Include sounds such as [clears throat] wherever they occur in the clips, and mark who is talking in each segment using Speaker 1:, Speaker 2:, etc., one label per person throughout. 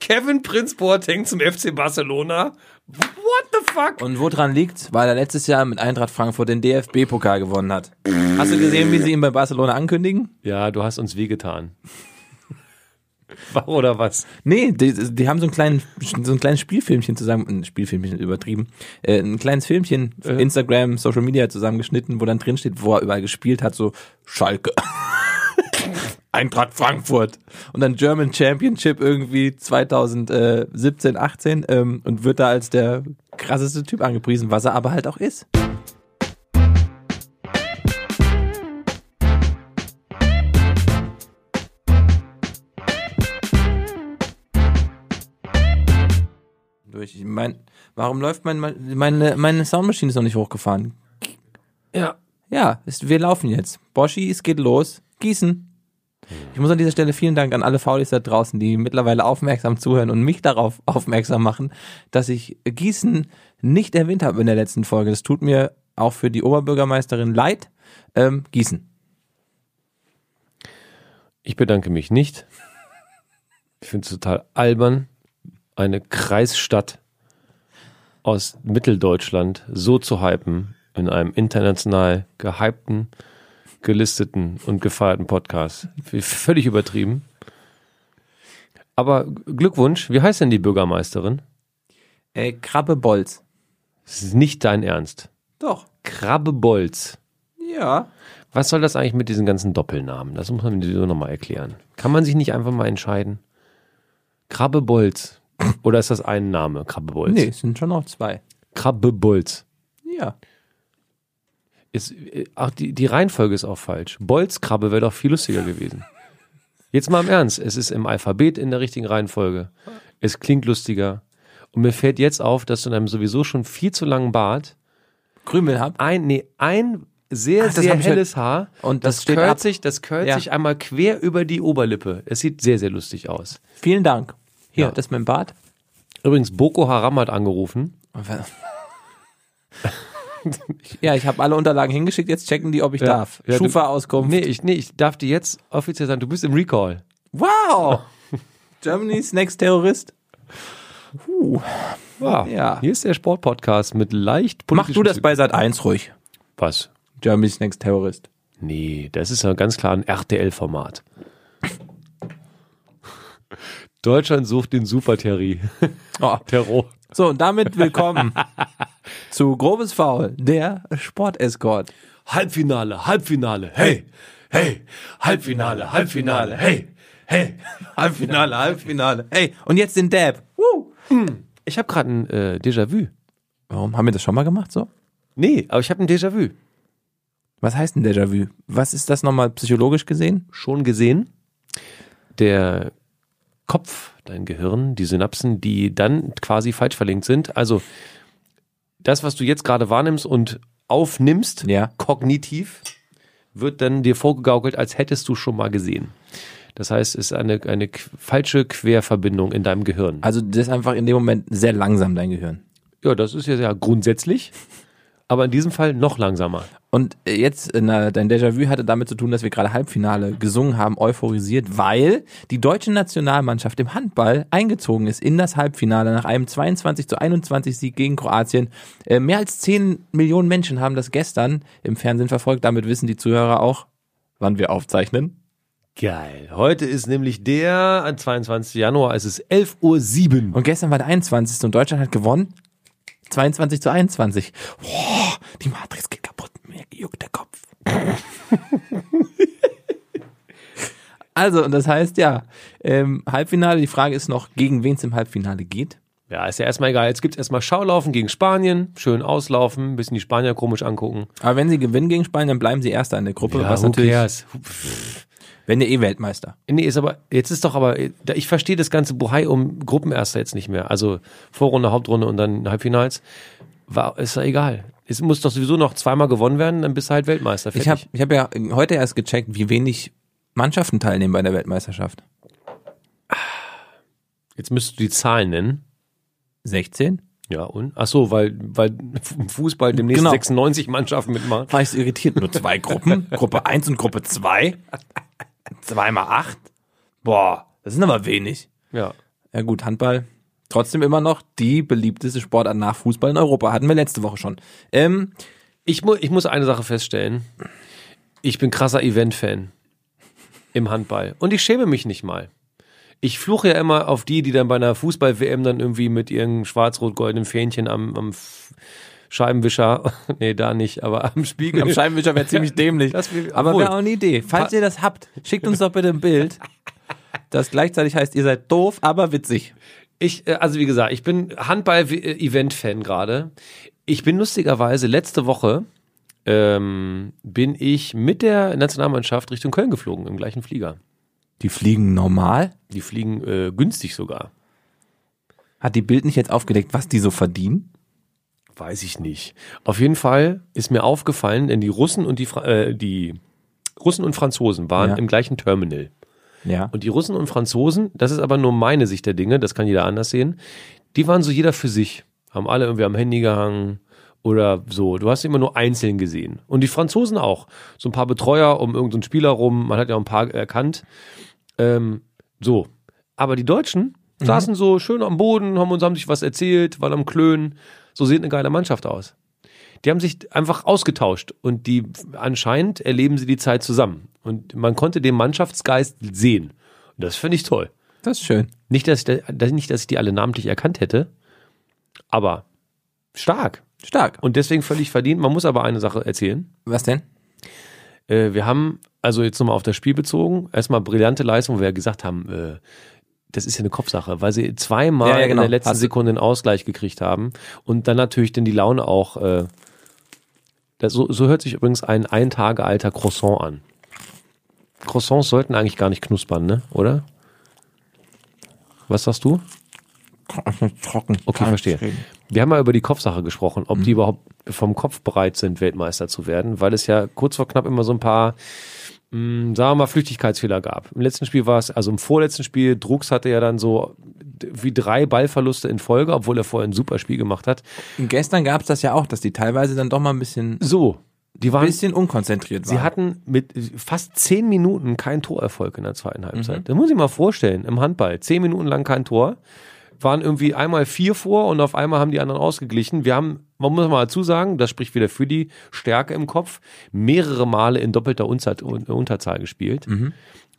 Speaker 1: Kevin Prinz Boateng zum FC Barcelona. What the fuck?
Speaker 2: Und woran liegt? Weil er letztes Jahr mit Eintracht Frankfurt den DFB-Pokal gewonnen hat. Hast du gesehen, wie sie ihn bei Barcelona ankündigen?
Speaker 1: Ja, du hast uns wehgetan. [laughs] Warum oder was?
Speaker 2: Nee, die, die haben so, einen kleinen, so ein kleines Spielfilmchen zusammen, ein Spielfilmchen übertrieben, äh, ein kleines Filmchen, Instagram, Social Media zusammengeschnitten, wo dann drin steht, wo er überall gespielt hat, so Schalke. [laughs] Eintracht Frankfurt und dann German Championship irgendwie 2017, 18 ähm, und wird da als der krasseste Typ angepriesen, was er aber halt auch ist. Durch. Ich mein, warum läuft mein, meine, meine Soundmaschine ist noch nicht hochgefahren?
Speaker 1: Ja.
Speaker 2: Ja, ist, wir laufen jetzt. Boschi, es geht los. Gießen. Ich muss an dieser Stelle vielen Dank an alle Faulis da draußen, die mittlerweile aufmerksam zuhören und mich darauf [laughs] aufmerksam machen, dass ich Gießen nicht erwähnt habe in der letzten Folge. Das tut mir auch für die Oberbürgermeisterin leid. Ähm, Gießen.
Speaker 1: Ich bedanke mich nicht. Ich finde es total albern, eine Kreisstadt aus Mitteldeutschland so zu hypen in einem international gehypten gelisteten und gefeierten Podcast. V- Völlig übertrieben. Aber Glückwunsch, wie heißt denn die Bürgermeisterin?
Speaker 2: Äh, Krabbe Bolz.
Speaker 1: Es ist nicht dein Ernst.
Speaker 2: Doch.
Speaker 1: Krabbe Bolz.
Speaker 2: Ja.
Speaker 1: Was soll das eigentlich mit diesen ganzen Doppelnamen? Das muss man mir so nochmal erklären. Kann man sich nicht einfach mal entscheiden? Krabbe Bolz. Oder ist das ein Name? Krabbe Bolz.
Speaker 2: Nee, es sind schon noch zwei.
Speaker 1: Krabbe Bolz.
Speaker 2: Ja.
Speaker 1: Ist, äh, auch die, die Reihenfolge ist auch falsch. Bolzkrabbe wäre doch viel lustiger gewesen. Jetzt mal im Ernst, es ist im Alphabet in der richtigen Reihenfolge. Es klingt lustiger. Und mir fällt jetzt auf, dass du in einem sowieso schon viel zu langen Bart
Speaker 2: Krümel hab.
Speaker 1: ein, nee, ein sehr,
Speaker 2: Ach, das
Speaker 1: sehr
Speaker 2: hab ich
Speaker 1: helles Haar.
Speaker 2: Und das steht
Speaker 1: curlt
Speaker 2: ab.
Speaker 1: sich, halt das curlt
Speaker 2: Ja.
Speaker 1: sich einmal quer über die Oberlippe. Es sieht sehr, sehr lustig aus.
Speaker 2: Vielen Dank. Hier,
Speaker 1: Ja.
Speaker 2: das ist mein Bart.
Speaker 1: Übrigens, Boko Haram hat angerufen.
Speaker 2: [laughs] Ja, ich habe alle Unterlagen hingeschickt, jetzt checken die, ob ich darf.
Speaker 1: Ja, du-
Speaker 2: Schufa-Auskunft.
Speaker 1: Nee, ich, nee, ich darf dir jetzt offiziell sagen, du bist im Recall.
Speaker 2: [laughs] Wow! Germany's Next Terrorist.
Speaker 1: Wow.
Speaker 2: Ja.
Speaker 1: Hier ist der Sportpodcast mit leicht
Speaker 2: Mach du
Speaker 1: politischen
Speaker 2: das bei Sat 1 ruhig.
Speaker 1: Was?
Speaker 2: Germany's Next Terrorist.
Speaker 1: Nee, das ist ja ganz klar ein RTL-Format. [laughs] Deutschland sucht den Super-Terry.
Speaker 2: Oh.
Speaker 1: Terror.
Speaker 2: So, und damit [laughs] willkommen zu Grobes Foul, der Sportescort.
Speaker 1: Halbfinale, Halbfinale, hey, hey, Halbfinale, Halbfinale, hey, hey.
Speaker 2: Halbfinale, Halbfinale. Hey, und jetzt den Dab. Woo.
Speaker 1: Ich habe gerade ein äh, Déjà-vu.
Speaker 2: Warum haben wir das schon mal gemacht so?
Speaker 1: Nee, aber ich habe ein Déjà-vu.
Speaker 2: Was heißt ein Déjà-vu? Was ist das nochmal psychologisch gesehen?
Speaker 1: Schon gesehen? Der Kopf, dein Gehirn, die Synapsen, die dann quasi falsch verlinkt sind. Also das, was du jetzt gerade wahrnimmst und aufnimmst,
Speaker 2: Ja.
Speaker 1: kognitiv wird dann dir vorgegaukelt, als hättest du schon mal gesehen. Das heißt, es ist eine, eine qu- falsche Querverbindung in deinem Gehirn.
Speaker 2: Also, das ist einfach in dem Moment sehr langsam, dein Gehirn.
Speaker 1: Ja, das ist ja sehr grundsätzlich, aber in diesem Fall noch langsamer.
Speaker 2: Und äh, jetzt, äh, na, dein Déjà-vu hatte damit zu tun, dass wir gerade Halbfinale gesungen haben, euphorisiert, weil die deutsche Nationalmannschaft im Handball eingezogen ist in das Halbfinale nach einem 22 zu 21 Sieg gegen Kroatien. Äh, mehr als 10 Millionen Menschen haben das gestern im Fernsehen verfolgt. Damit wissen die Zuhörer auch, wann wir aufzeichnen.
Speaker 1: Geil. Heute ist nämlich der am 22. Januar, es ist 11.07 Uhr.
Speaker 2: Und gestern war der 21. und Deutschland hat gewonnen. 22 zu 21. Boah, die Matrix geht kaputt. Mir juckt der Kopf. [laughs] also, und das heißt ja, ähm, Halbfinale, die Frage ist noch, gegen wen es im Halbfinale geht.
Speaker 1: Ja, ist ja erstmal egal. Jetzt gibt's erstmal Schaulaufen gegen Spanien, schön auslaufen, bisschen die Spanier komisch angucken.
Speaker 2: Aber wenn sie gewinnen gegen Spanien, dann bleiben sie Erster in der Gruppe. was
Speaker 1: who
Speaker 2: natürlich,
Speaker 1: cares?
Speaker 2: wenn ihr eh Weltmeister.
Speaker 1: Nee, ist aber, jetzt ist doch aber, da- ich verstehe das ganze Buhai um Gruppenerster jetzt nicht mehr. Also Vorrunde, Hauptrunde und dann Halbfinals. War, ist ja egal. Es muss doch sowieso noch zweimal gewonnen werden, dann bist du halt Weltmeister.
Speaker 2: Ich habe ich hab ja heute erst gecheckt, wie wenig Mannschaften teilnehmen bei der Weltmeisterschaft.
Speaker 1: jetzt müsstest du die Zahlen nennen.
Speaker 2: 16?
Speaker 1: Ja, und? Ach so, weil, weil [laughs] im Fußball demnächst
Speaker 2: Genau.
Speaker 1: 96 Mannschaften mitmachen.
Speaker 2: war ich so irritiert. Nur zwei Gruppen, [laughs] Gruppe 1 und Gruppe 2. Zweimal acht. Boah, das sind aber wenig.
Speaker 1: Ja.
Speaker 2: Ja gut, Handball. Trotzdem immer noch die beliebteste Sportart nach Fußball in Europa. Hatten wir letzte Woche schon. Ähm,
Speaker 1: Ich, mu ich muss eine Sache feststellen. Ich bin krasser Event-Fan im Handball. Und ich schäme mich nicht mal. Ich fluche ja immer auf die, die dann bei einer Fußball-WM dann irgendwie mit ihren schwarz-rot-goldenen Fähnchen am, am F- Scheibenwischer, [laughs] nee, da nicht, aber am Spiegel.
Speaker 2: [laughs] am Scheibenwischer wäre ziemlich dämlich.
Speaker 1: Das wär-
Speaker 2: Aber
Speaker 1: obwohl.
Speaker 2: wäre auch eine Idee. Falls ihr das habt, schickt uns doch bitte ein [laughs] Bild, das gleichzeitig heißt, ihr seid doof, aber witzig.
Speaker 1: Ich, äh, also wie gesagt, ich bin Handball-Event-Fan gerade. Ich bin lustigerweise letzte Woche ähm, bin ich mit der Nationalmannschaft Richtung Köln geflogen im gleichen Flieger.
Speaker 2: Die fliegen normal?
Speaker 1: Die fliegen äh, günstig sogar.
Speaker 2: Hat die Bild nicht jetzt aufgedeckt, was die so verdienen?
Speaker 1: Weiß ich nicht. Auf jeden Fall ist mir aufgefallen, denn die Russen und die, Fra äh, die Russen und Franzosen waren
Speaker 2: Ja.
Speaker 1: im gleichen Terminal.
Speaker 2: Ja.
Speaker 1: Und die Russen und Franzosen, das ist aber nur meine Sicht der Dinge, das kann jeder anders sehen, die waren so jeder für sich, haben alle irgendwie am Handy gehangen oder so. Du hast sie immer nur einzeln gesehen. Und die Franzosen auch. So ein paar Betreuer um irgendeinen Spieler rum, man hat ja auch ein paar erkannt. Ähm, so. Aber die Deutschen saßen so schön am Boden, haben uns haben sich was erzählt, waren am Klönen. So sieht eine geile Mannschaft aus. Die haben sich einfach ausgetauscht und die anscheinend erleben sie die Zeit zusammen. Und man konnte den Mannschaftsgeist sehen. Und das finde ich toll.
Speaker 2: Das ist schön.
Speaker 1: Nicht dass, ich da, dass- nicht, dass ich die alle namentlich erkannt hätte, aber stark.
Speaker 2: Stark.
Speaker 1: Und deswegen völlig verdient. Man muss aber eine Sache erzählen.
Speaker 2: Was denn?
Speaker 1: Äh, wir haben, also jetzt nochmal auf das Spiel bezogen, erstmal brillante Leistung, wo wir ja gesagt haben, äh, das ist ja eine Kopfsache, weil sie zweimal
Speaker 2: Ja, ja,
Speaker 1: in
Speaker 2: genau.
Speaker 1: der letzten
Speaker 2: Hast du-
Speaker 1: Sekunde einen Ausgleich gekriegt haben und dann natürlich denn die Laune auch. Äh, das, so, so hört sich übrigens ein ein Tage alter Croissant an. Croissants sollten eigentlich gar nicht knuspern, ne? Oder? Was sagst du?
Speaker 2: Trocken.
Speaker 1: Okay, verstehe. Wir haben mal über die Kopfsache gesprochen, ob die überhaupt vom Kopf bereit sind, Weltmeister zu werden, weil es ja kurz vor knapp immer so ein paar, mh, sagen wir mal, Flüchtigkeitsfehler gab. Im letzten Spiel war es, also im vorletzten Spiel, Drucks hatte ja dann so d- wie drei Ballverluste in Folge, obwohl er vorher ein super Spiel gemacht hat.
Speaker 2: Und gestern gab es das ja auch, dass die teilweise dann doch mal ein bisschen,
Speaker 1: So, die waren,
Speaker 2: bisschen unkonzentriert waren.
Speaker 1: sie hatten mit fast zehn Minuten keinen Torerfolg in der zweiten Halbzeit. Das muss ich mal vorstellen, im Handball, zehn Minuten lang kein Tor. waren irgendwie einmal vier vor und auf einmal haben die anderen ausgeglichen. Wir haben, man muss mal dazu sagen, das spricht wieder für die Stärke im Kopf, mehrere Male in doppelter Unzeit, Un- Unterzahl gespielt.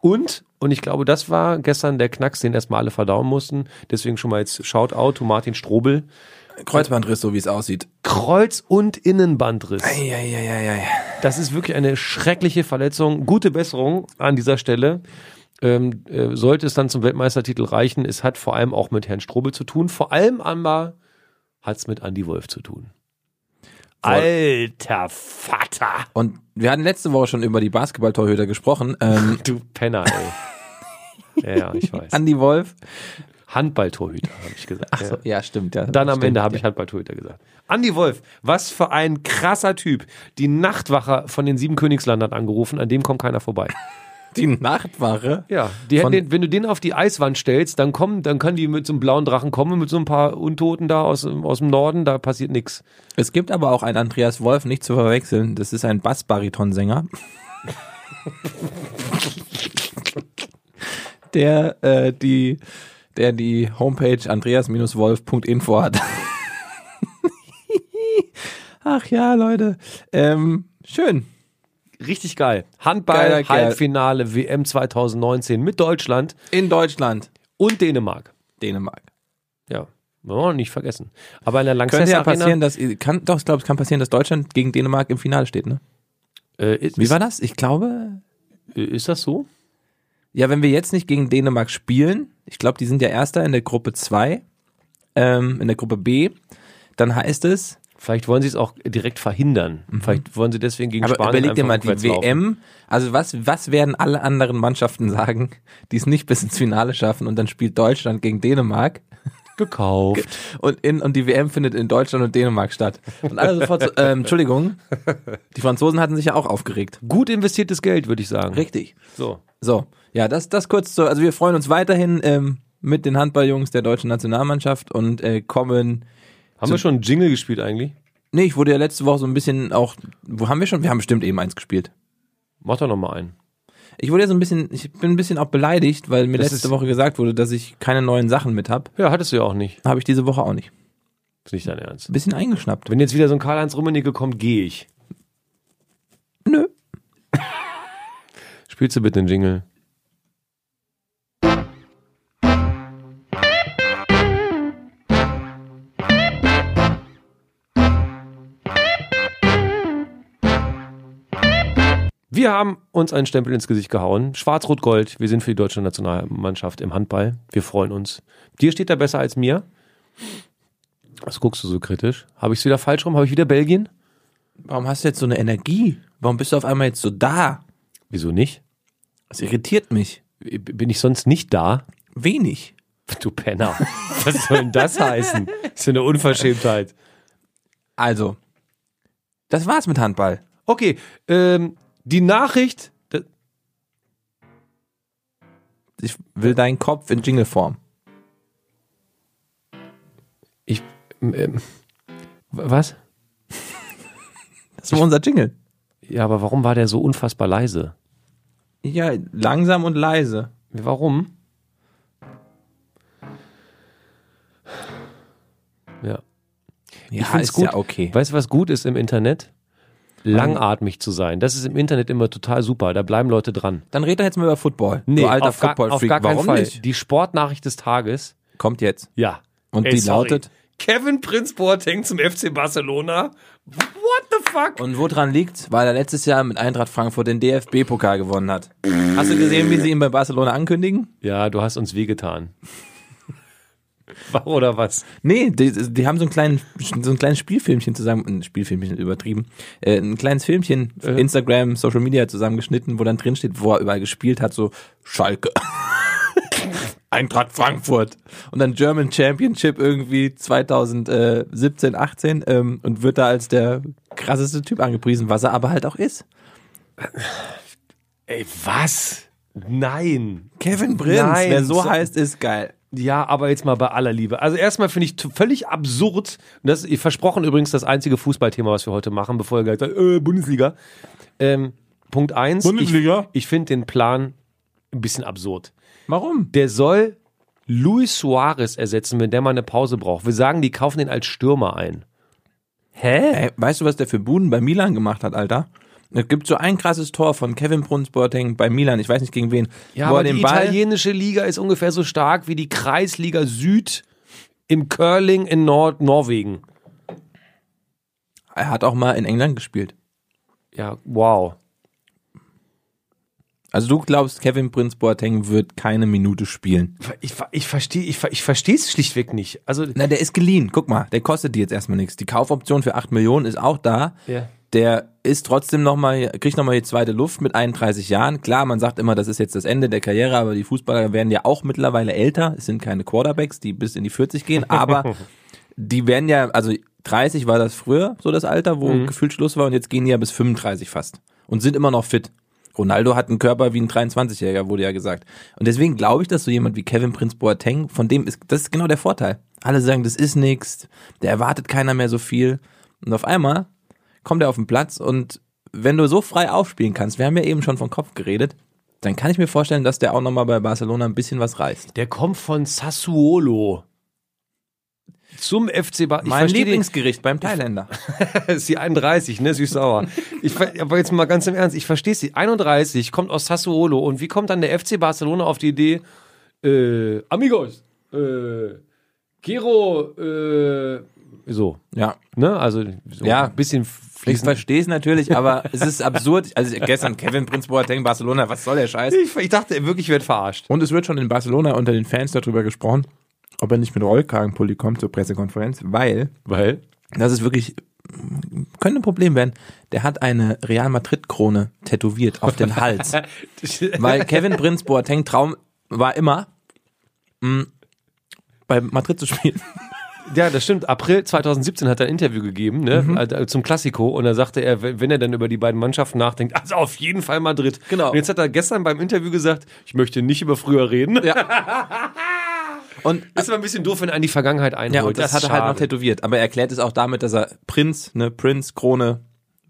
Speaker 1: Und, und ich glaube, das war gestern der Knacks, den erstmal alle verdauen mussten. Deswegen schon mal jetzt Shoutout to Martin Strobel.
Speaker 2: Kreuzbandriss, so wie es aussieht.
Speaker 1: Kreuz- und Innenbandriss.
Speaker 2: Eieieiei.
Speaker 1: Das ist wirklich eine schreckliche Verletzung. Gute Besserung an dieser Stelle. Ähm, äh, sollte es dann zum Weltmeistertitel reichen, es hat vor allem auch mit Herrn Strobel zu tun. Vor allem aber hat es mit Andy Wolf zu tun. Alter Vater!
Speaker 2: Und wir hatten letzte Woche schon über die Basketballtorhüter gesprochen.
Speaker 1: [laughs]
Speaker 2: Ähm,
Speaker 1: Du Penner, ey. ja,
Speaker 2: [laughs]
Speaker 1: ja, ich weiß.
Speaker 2: Andy Wolf.
Speaker 1: Handballtorhüter, habe ich gesagt.
Speaker 2: Ach so, ja, stimmt. Ja,
Speaker 1: Dann am
Speaker 2: stimmt.
Speaker 1: Ende habe ich Handballtorhüter gesagt. Andy Wolf, was für ein krasser Typ. Die Nachtwache von den Sieben Königsland hat angerufen, an dem kommt keiner vorbei.
Speaker 2: die Nachtwache.
Speaker 1: Ja, die hätten
Speaker 2: Von-
Speaker 1: den, wenn du den auf die Eiswand stellst, dann kommen, dann können die mit so einem blauen Drachen kommen, mit so ein paar Untoten da aus, aus dem Norden, da passiert nix.
Speaker 2: Es gibt aber auch einen Andreas Wolf, nicht zu verwechseln. Das ist ein Bassbaritonsänger. der äh, die der die Homepage andreas-wolf.info hat. Ach ja, Leute. Ähm, schön.
Speaker 1: Richtig geil. Handball,
Speaker 2: Geiler Kerl.
Speaker 1: Halbfinale, WM 2019 mit Deutschland
Speaker 2: In Deutschland,
Speaker 1: und Dänemark.
Speaker 2: Dänemark.
Speaker 1: Ja, wollen wir nicht vergessen. Aber in der
Speaker 2: Könnte
Speaker 1: Lanxess
Speaker 2: ja passieren,
Speaker 1: Arena,
Speaker 2: dass kann doch ich glaube, es kann passieren, dass Deutschland gegen Dänemark im Finale steht, ne?
Speaker 1: äh, ist,
Speaker 2: Wie war das? Ich glaube,
Speaker 1: ist das so?
Speaker 2: ja, wenn wir jetzt nicht gegen Dänemark spielen, ich glaube, die sind ja erster in der Gruppe 2, ähm, in der Gruppe B, dann heißt es,
Speaker 1: Vielleicht wollen sie es auch direkt verhindern. Vielleicht wollen sie deswegen gegen
Speaker 2: Mhm. aber
Speaker 1: Spanien
Speaker 2: überleg dir
Speaker 1: einfach
Speaker 2: mal, die
Speaker 1: rückwärts laufen.
Speaker 2: WM, also was was werden alle anderen Mannschaften sagen, die es nicht bis ins Finale schaffen und dann spielt Deutschland gegen Dänemark?
Speaker 1: gekauft.
Speaker 2: Und, in, und die WM findet in Deutschland und Dänemark statt. Und alle sofort, so, ähm, Entschuldigung, die Franzosen hatten sich ja auch aufgeregt.
Speaker 1: Gut investiertes Geld, würde ich sagen.
Speaker 2: Richtig.
Speaker 1: So.
Speaker 2: So, ja, das, das kurz zur, also wir freuen uns weiterhin ähm, mit den Handballjungs der deutschen Nationalmannschaft und äh, kommen,
Speaker 1: Haben wir schon einen Jingle gespielt eigentlich?
Speaker 2: nee, ich wurde ja letzte Woche so ein bisschen auch, wo haben wir schon, wir haben bestimmt eben eins gespielt.
Speaker 1: Mach doch nochmal einen.
Speaker 2: Ich wurde ja so ein bisschen, ich bin ein bisschen auch beleidigt, weil mir
Speaker 1: Das
Speaker 2: letzte
Speaker 1: ist-
Speaker 2: Woche gesagt wurde, dass ich keine neuen Sachen mit habe.
Speaker 1: Ja, hattest du ja auch nicht.
Speaker 2: Habe ich diese Woche auch nicht.
Speaker 1: Ist nicht dein Ernst.
Speaker 2: Ein bisschen eingeschnappt.
Speaker 1: Wenn jetzt wieder so ein Karl-Heinz Rummenigge kommt, gehe ich.
Speaker 2: Nö.
Speaker 1: Spielst du bitte den Jingle? Wir haben uns einen Stempel ins Gesicht gehauen. Schwarz-Rot-Gold. Wir sind für die deutsche Nationalmannschaft im Handball. Wir freuen uns. Dir steht da besser als mir. Was guckst du so kritisch? Habe ich es wieder falsch rum? Habe ich wieder Belgien?
Speaker 2: Warum hast du jetzt so eine Energie? Warum bist du auf einmal jetzt so da?
Speaker 1: Wieso nicht?
Speaker 2: Das irritiert mich.
Speaker 1: Äh, Bin ich sonst nicht da? [laughs]
Speaker 2: Wenig.
Speaker 1: Du Penner. Was soll denn das heißen? ist ja eine Unverschämtheit.
Speaker 2: Also, das war's mit Handball.
Speaker 1: Okay, ähm, die Nachricht. d-
Speaker 2: Ich will deinen Kopf in Jingleform.
Speaker 1: Ich. Ähm, was?
Speaker 2: Das war unser Jingle.
Speaker 1: Ja, aber warum war der so unfassbar leise?
Speaker 2: Ja, langsam und leise.
Speaker 1: Warum? Ja.
Speaker 2: Ja,
Speaker 1: find's gut.
Speaker 2: okay.
Speaker 1: Weißt du, was gut ist im Internet? Langatmig zu sein. Das ist im Internet immer total super. Da bleiben Leute dran.
Speaker 2: Dann red doch jetzt mal über Football. du alter
Speaker 1: auf, gar, auf
Speaker 2: Football-Freak.
Speaker 1: gar keinen
Speaker 2: Warum
Speaker 1: Fall.
Speaker 2: nicht?
Speaker 1: Die Sportnachricht des Tages.
Speaker 2: Kommt jetzt.
Speaker 1: Ja.
Speaker 2: Und die lautet?
Speaker 1: Kevin Prinz Boateng zum FC Barcelona. What the fuck?
Speaker 2: Und woran liegt's? Weil er letztes Jahr mit Eintracht Frankfurt den DFB-Pokal gewonnen hat. Hast du gesehen, wie sie ihn bei Barcelona ankündigen?
Speaker 1: Ja, du hast uns [laughs] wehgetan. Wahr oder was?
Speaker 2: Nee, die, die haben so, einen kleinen, so ein kleines Spielfilmchen zusammen, ein Spielfilmchen übertrieben, äh, ein kleines Filmchen, Instagram, Social Media zusammengeschnitten, wo dann drin steht, wo er überall gespielt hat, so Schalke. [laughs] Eintracht Frankfurt. Und dann German Championship irgendwie 2017, 18 ähm, und wird da als der krasseste Typ angepriesen, was er aber halt auch ist.
Speaker 1: Ey, was? Nein.
Speaker 2: Kevin Prinz,
Speaker 1: Nein,
Speaker 2: wer so
Speaker 1: so-
Speaker 2: heißt, ist geil.
Speaker 1: Ja, aber jetzt mal bei aller Liebe. Also erstmal finde ich t- völlig absurd, und das ist versprochen übrigens das einzige Fußballthema, was wir heute machen, bevor ihr gesagt habt, äh, Bundesliga. Ähm, Punkt eins.
Speaker 2: Bundesliga?
Speaker 1: Ich, ich finde den Plan ein bisschen absurd.
Speaker 2: Warum?
Speaker 1: der soll Luis Suarez ersetzen, wenn der mal eine Pause braucht. Wir sagen, die kaufen ihn als Stürmer ein. Hä?
Speaker 2: Ey, weißt du, was der für Buden bei Milan gemacht hat, Alter? Es gibt so ein krasses Tor von Kevin Bruns Boateng bei Milan, ich weiß nicht gegen wen,
Speaker 1: Ja,
Speaker 2: wo er
Speaker 1: aber die
Speaker 2: den Ball
Speaker 1: italienische Liga ist ungefähr so stark wie die Kreisliga Süd im Curling in Nord Norwegen.
Speaker 2: er hat auch mal in England gespielt.
Speaker 1: Ja, wow.
Speaker 2: Also du glaubst, Kevin Prince Boateng wird keine Minute spielen.
Speaker 1: Ich, ich verstehe ich, ver- ich es schlichtweg nicht. Also,
Speaker 2: Na, der ist geliehen. Guck mal, der kostet dir jetzt erstmal nichts. Die Kaufoption für 8 Millionen ist auch da.
Speaker 1: ja.
Speaker 2: Der ist trotzdem noch mal kriegt nochmal die zweite Luft mit 31 Jahren. Klar, man sagt immer, das ist jetzt das Ende der Karriere, aber die Fußballer werden ja auch mittlerweile älter. Es sind keine Quarterbacks, die bis in die 40 gehen, aber die werden ja, also 30 war das früher so das Alter, wo gefühlt Schluss war und jetzt gehen die ja bis 35 fast und sind immer noch fit. Ronaldo hat einen Körper wie ein 23-Jähriger, wurde ja gesagt. Und deswegen glaube ich, dass so jemand wie Kevin Prince Boateng, von dem ist, das ist genau der Vorteil. Alle sagen, das ist nichts, der erwartet keiner mehr so viel. Und auf einmal kommt er auf den Platz und wenn du so frei aufspielen kannst, wir haben ja eben schon vom Kopf geredet, dann kann ich mir vorstellen, dass der auch nochmal bei Barcelona ein bisschen was reißt.
Speaker 1: Der kommt von Sassuolo. Zum FC Bayern.
Speaker 2: Mein Lieblingsgericht beim Thailänder.
Speaker 1: Das [laughs] ist die 31, ne? Süß-sauer. Ich, ver- aber jetzt mal ganz im Ernst, ich verstehe es. Die 31 kommt aus Sassuolo. Und wie kommt dann der FC Barcelona auf die Idee, äh, Amigos, äh, Gero, äh, so,
Speaker 2: Ja,
Speaker 1: ne? Also, so
Speaker 2: Ja.
Speaker 1: ein bisschen
Speaker 2: ich
Speaker 1: fließend.
Speaker 2: verstehe es natürlich, aber es ist absurd. Also gestern Kevin Prinz Boateng Barcelona, was soll der Scheiß?
Speaker 1: Ich, ich dachte wirklich, ich werde verarscht.
Speaker 2: Und es wird schon in Barcelona unter den Fans darüber gesprochen, ob er nicht mit Rollkragenpulli kommt zur Pressekonferenz, weil
Speaker 1: [laughs] Weil?
Speaker 2: das ist wirklich könnte ein Problem werden. Der hat eine Real Madrid Krone tätowiert auf den Hals. Weil Kevin Prinz Boateng Traum war immer, mh, bei Madrid zu spielen.
Speaker 1: Ja, das stimmt. April 2017 hat er ein Interview gegeben ne,
Speaker 2: Mhm.
Speaker 1: also zum Klassiko und da sagte er, wenn wenn er dann über die beiden Mannschaften nachdenkt, also auf jeden Fall Madrid.
Speaker 2: Genau.
Speaker 1: Und jetzt hat er gestern beim Interview gesagt, ich möchte nicht über früher reden. [laughs]
Speaker 2: Ja. Und,
Speaker 1: Das ist aber ein bisschen doof, wenn einen die Vergangenheit einholt.
Speaker 2: ja, und das,
Speaker 1: ist
Speaker 2: hat er halt noch
Speaker 1: schade.
Speaker 2: tätowiert. Aber er erklärt es auch damit, dass er Prinz, ne, Prinz, Krone,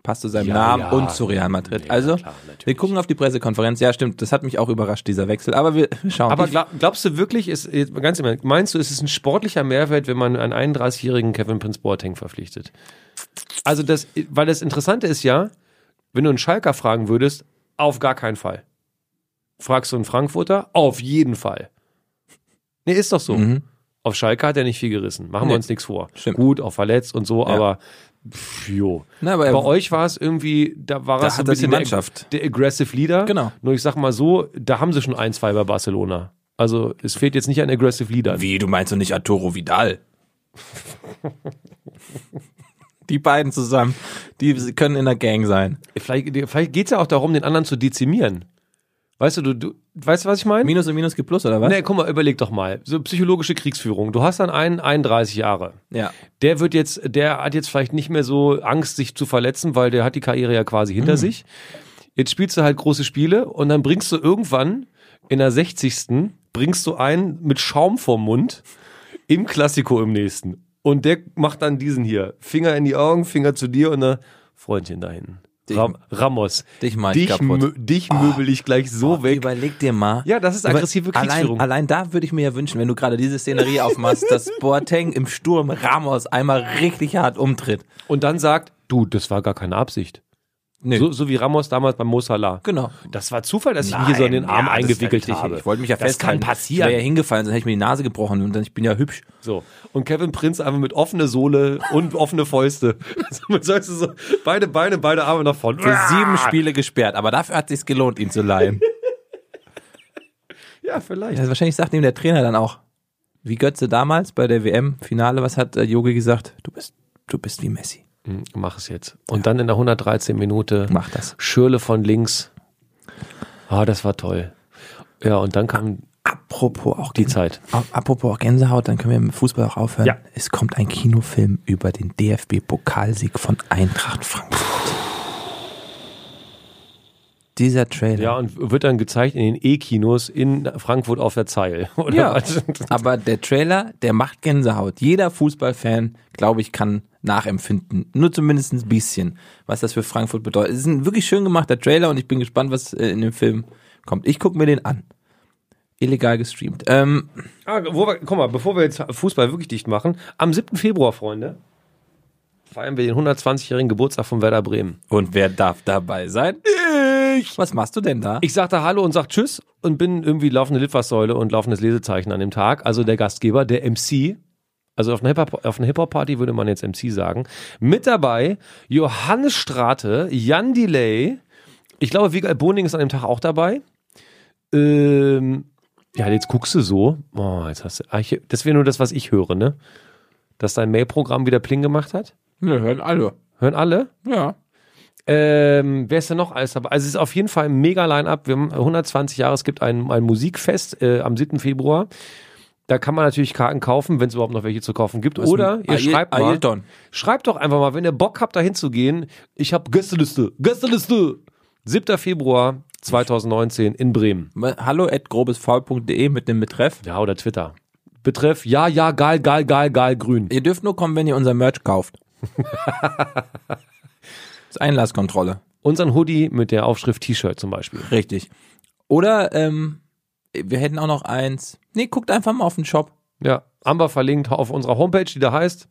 Speaker 2: passt zu seinem
Speaker 1: Ja,
Speaker 2: Namen
Speaker 1: ja.
Speaker 2: und zu Real Madrid.
Speaker 1: Ja,
Speaker 2: also,
Speaker 1: klar, natürlich.
Speaker 2: wir gucken auf die Pressekonferenz. Ja, stimmt, das hat mich auch überrascht, dieser Wechsel. Aber wir [laughs] schauen.
Speaker 1: Aber
Speaker 2: Ich-
Speaker 1: Genau. glaub, glaubst du wirklich, ist, jetzt mal ganz im Ernst, meinst du, ist es ist ein sportlicher Mehrwert, wenn man einen 31-jährigen Kevin Prince Boateng verpflichtet? Also das, weil das Interessante ist ja, wenn du einen Schalker fragen würdest, auf gar keinen Fall. Fragst du einen Frankfurter? Auf jeden Fall. Nee, ist doch so.
Speaker 2: Mhm.
Speaker 1: Auf Schalke hat er nicht viel gerissen. Machen
Speaker 2: Nee.
Speaker 1: wir uns nichts vor.
Speaker 2: Stimmt.
Speaker 1: Gut, auch verletzt und so,
Speaker 2: Ja.
Speaker 1: aber pff, jo.
Speaker 2: Na, ne, aber
Speaker 1: Bei
Speaker 2: er-
Speaker 1: euch war es irgendwie, da war
Speaker 2: Da
Speaker 1: es so ein
Speaker 2: hat er die
Speaker 1: bisschen der-
Speaker 2: Mannschaft.
Speaker 1: der Aggressive Leader.
Speaker 2: Genau.
Speaker 1: Nur ich sag mal so, da haben sie schon ein, zwei bei Barcelona. Also es fehlt jetzt nicht an Aggressive Leader.
Speaker 2: Wie, du meinst doch nicht Arturo
Speaker 1: [laughs]
Speaker 2: Vidal? die beiden zusammen, die können in der Gang sein.
Speaker 1: Vielleicht, vielleicht geht es ja auch darum, den anderen zu dezimieren. Weißt du, du, du weißt du, was ich meine?
Speaker 2: Minus und Minus gibt Plus, oder was?
Speaker 1: Nee, guck mal, überleg doch mal. So psychologische Kriegsführung. Du hast dann einen 31 Jahre.
Speaker 2: Ja.
Speaker 1: Der wird jetzt, der hat jetzt vielleicht nicht mehr so Angst, sich zu verletzen, weil der hat die Karriere ja quasi
Speaker 2: Mhm.
Speaker 1: hinter sich. Jetzt spielst du halt große Spiele und dann bringst du irgendwann in der 60. bringst du einen mit Schaum vorm Mund im Klassiko im nächsten. Und der macht dann diesen hier. Finger in die Augen, Finger zu dir und dann Freundchen da hinten. Ram Ramos.
Speaker 2: dich mach ich
Speaker 1: dich,
Speaker 2: kaputt. Ah.
Speaker 1: mö- dich möbel ich gleich so weg.
Speaker 2: Überleg dir mal.
Speaker 1: Ja, das ist aggressive Kriegsführung.
Speaker 2: Allein, allein da würde ich mir ja wünschen, wenn du gerade diese Szenerie aufmachst, [laughs] dass Boateng im Sturm Ramos einmal richtig hart umtritt.
Speaker 1: Und dann sagt, du, das war gar keine Absicht.
Speaker 2: Nö.
Speaker 1: So, so wie Ramos damals bei Mo Salah.
Speaker 2: Genau.
Speaker 1: Das war Zufall, dass ich mich hier so in den Arm
Speaker 2: ja, das ist
Speaker 1: eingewickelt
Speaker 2: richtig.
Speaker 1: habe.
Speaker 2: Ich wollte mich ja
Speaker 1: das
Speaker 2: festhalten.
Speaker 1: kann passieren.
Speaker 2: Ich wäre ja hingefallen, sonst hätte ich mir die Nase gebrochen und dann ich bin ja hübsch.
Speaker 1: So. Und Kevin Prinz einfach mit offene Sohle und offene Fäuste. [laughs] So, mit solchen so, beide Beine, beide Arme nach vorne.
Speaker 2: Für sieben Spiele gesperrt, aber dafür hat sich's gelohnt, ihn zu leihen.
Speaker 1: Ja, vielleicht.
Speaker 2: [laughs] Ja, wahrscheinlich sagt ihm der Trainer dann auch, wie Götze damals bei der WM-Finale, was hat äh, Jogi gesagt? Du bist, du bist wie Messi.
Speaker 1: Mhm, Mach es jetzt. Und dann in der 113 Minute
Speaker 2: Mach das.
Speaker 1: Schürle von links. Ah, das war toll. Ja, und dann kam
Speaker 2: Apropos auch
Speaker 1: die Zeit.
Speaker 2: Ap- Apropos auch Gänsehaut, dann können wir mit dem Fußball auch aufhören.
Speaker 1: Ja.
Speaker 2: Es kommt ein Kinofilm über den DFB-Pokalsieg von Eintracht Frankfurt. Dieser Trailer.
Speaker 1: Ja, und wird dann gezeigt in den E-Kinos in Frankfurt auf der Zeil. [laughs] Oder
Speaker 2: Ja.
Speaker 1: was?
Speaker 2: Aber der Trailer, der macht Gänsehaut. Jeder Fußballfan, glaube ich, kann nachempfinden. Nur zumindest ein bisschen, was das für Frankfurt bedeutet. Es ist ein wirklich schön gemachter Trailer und ich bin gespannt, was äh, in dem Film kommt. Ich gucke mir den an. Illegal gestreamt. Ähm,
Speaker 1: Ah, wo wir, guck mal, bevor wir jetzt Fußball wirklich dicht machen, am 7. Februar, Freunde, feiern wir den 120-jährigen Geburtstag von Werder Bremen.
Speaker 2: und wer darf dabei sein? Ich. Was machst du denn da?
Speaker 1: Ich sag da Hallo und sag Tschüss und bin irgendwie laufende Litfaßsäule und laufendes Lesezeichen an dem Tag. Also der Gastgeber, der MC. Also auf einer Hip-Hop- auf einer Hip-Hop-Party würde man jetzt MC sagen. Mit dabei Johannes Strate, Jan Delay. Ich glaube, Vigal Boning ist an dem Tag auch dabei. Ähm, ja, jetzt guckst du so. Oh, jetzt hast du, ah, ich, das wäre nur das, was ich höre, ne? Dass dein Mail-Programm wieder Pling gemacht hat.
Speaker 2: Wir hören alle.
Speaker 1: Hören alle?
Speaker 2: Ja.
Speaker 1: Ähm, wer ist denn noch alles dabei? Also es ist auf jeden Fall ein mega Line-Up. Wir haben 120 Jahre, es gibt ein, ein Musikfest äh, am 7. Februar. Da kann man natürlich Karten kaufen, wenn es überhaupt noch welche zu kaufen gibt. Oder ihr schreibt mal.
Speaker 2: Ailton.
Speaker 1: Schreibt doch einfach mal, wenn ihr Bock habt, da hinzugehen. Ich habe Gästeliste, Gästeliste. 7. Februar 2019 in Bremen.
Speaker 2: Hallo at grobesv.de mit dem Betreff.
Speaker 1: Ja, oder Twitter. Betreff, ja, ja, geil, geil, geil, geil, grün.
Speaker 2: Ihr dürft nur kommen, wenn ihr unser Merch kauft. [laughs] das ist Einlasskontrolle.
Speaker 1: Unseren Hoodie mit der Aufschrift T-Shirt zum Beispiel.
Speaker 2: Richtig. Oder ähm, wir hätten auch noch eins. Nee, guckt einfach mal auf den Shop.
Speaker 1: Ja, haben wir verlinkt auf unserer Homepage, die da heißt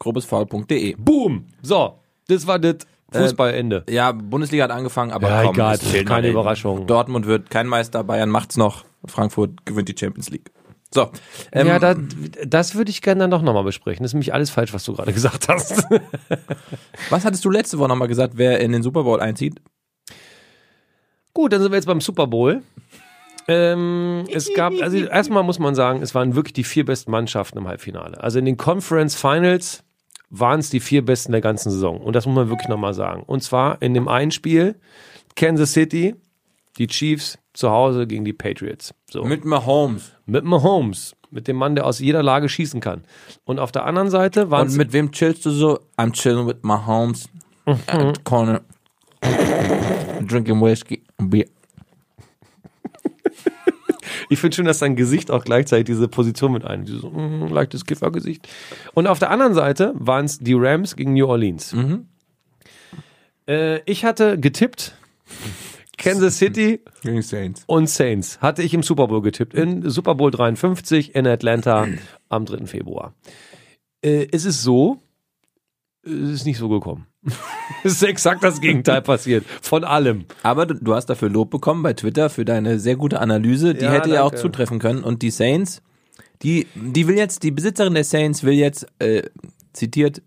Speaker 2: grobesfaul.de.
Speaker 1: Boom. So, das war das Fußballende.
Speaker 2: Ja, Bundesliga hat angefangen, aber
Speaker 1: Ja,
Speaker 2: komm,
Speaker 1: egal,
Speaker 2: es fehlt
Speaker 1: keine
Speaker 2: noch ein-
Speaker 1: Überraschung.
Speaker 2: Dortmund wird kein Meister, Bayern macht's noch, Frankfurt gewinnt die Champions League. So, ähm,
Speaker 1: ja, da, das würde ich gerne dann doch nochmal besprechen. Das ist nämlich alles falsch, was du gerade [laughs] gesagt hast.
Speaker 2: was hattest du letzte Woche nochmal gesagt, wer in den Super Bowl einzieht?
Speaker 1: Gut, dann sind wir jetzt beim Super Bowl. Ähm, es gab, [laughs] also erstmal muss man sagen, es waren wirklich die vier besten Mannschaften im Halbfinale. Also in den Conference Finals waren es die vier besten der ganzen Saison. Und das muss man wirklich nochmal sagen. Und zwar in dem einen Spiel Kansas City, die Chiefs zu Hause gegen die Patriots. So.
Speaker 2: Mit Mahomes.
Speaker 1: mit Mahomes, mit dem Mann, der aus jeder Lage schießen kann. Und auf der anderen Seite waren
Speaker 2: Und
Speaker 1: es
Speaker 2: mit wem chillst du so? I'm chilling with Mahomes at corner. Drinking whiskey and beer.
Speaker 1: Ich finde schön, dass dein Gesicht auch gleichzeitig diese Position mit ein. So, mm, leichtes Kiffergesicht. Und auf der anderen Seite waren es die Rams gegen New Orleans. Mhm. Äh, ich hatte [laughs] getippt Kansas City
Speaker 2: Gegen Saints.
Speaker 1: und Saints. Hatte ich im Super Bowl getippt. In Super Bowl 53 in [clears throat] Atlanta am 3. Februar. Äh, es ist so, äh, es ist nicht so gekommen. [laughs] es ist exakt das Gegenteil passiert. Von allem.
Speaker 2: Aber du, du hast dafür Lob bekommen bei Twitter für deine sehr gute Analyse. Die
Speaker 1: Ja,
Speaker 2: hätte ja auch
Speaker 1: danke.
Speaker 2: zutreffen können. Und die Saints, die, die will jetzt, die Besitzerin der Saints will jetzt, äh, zitiert,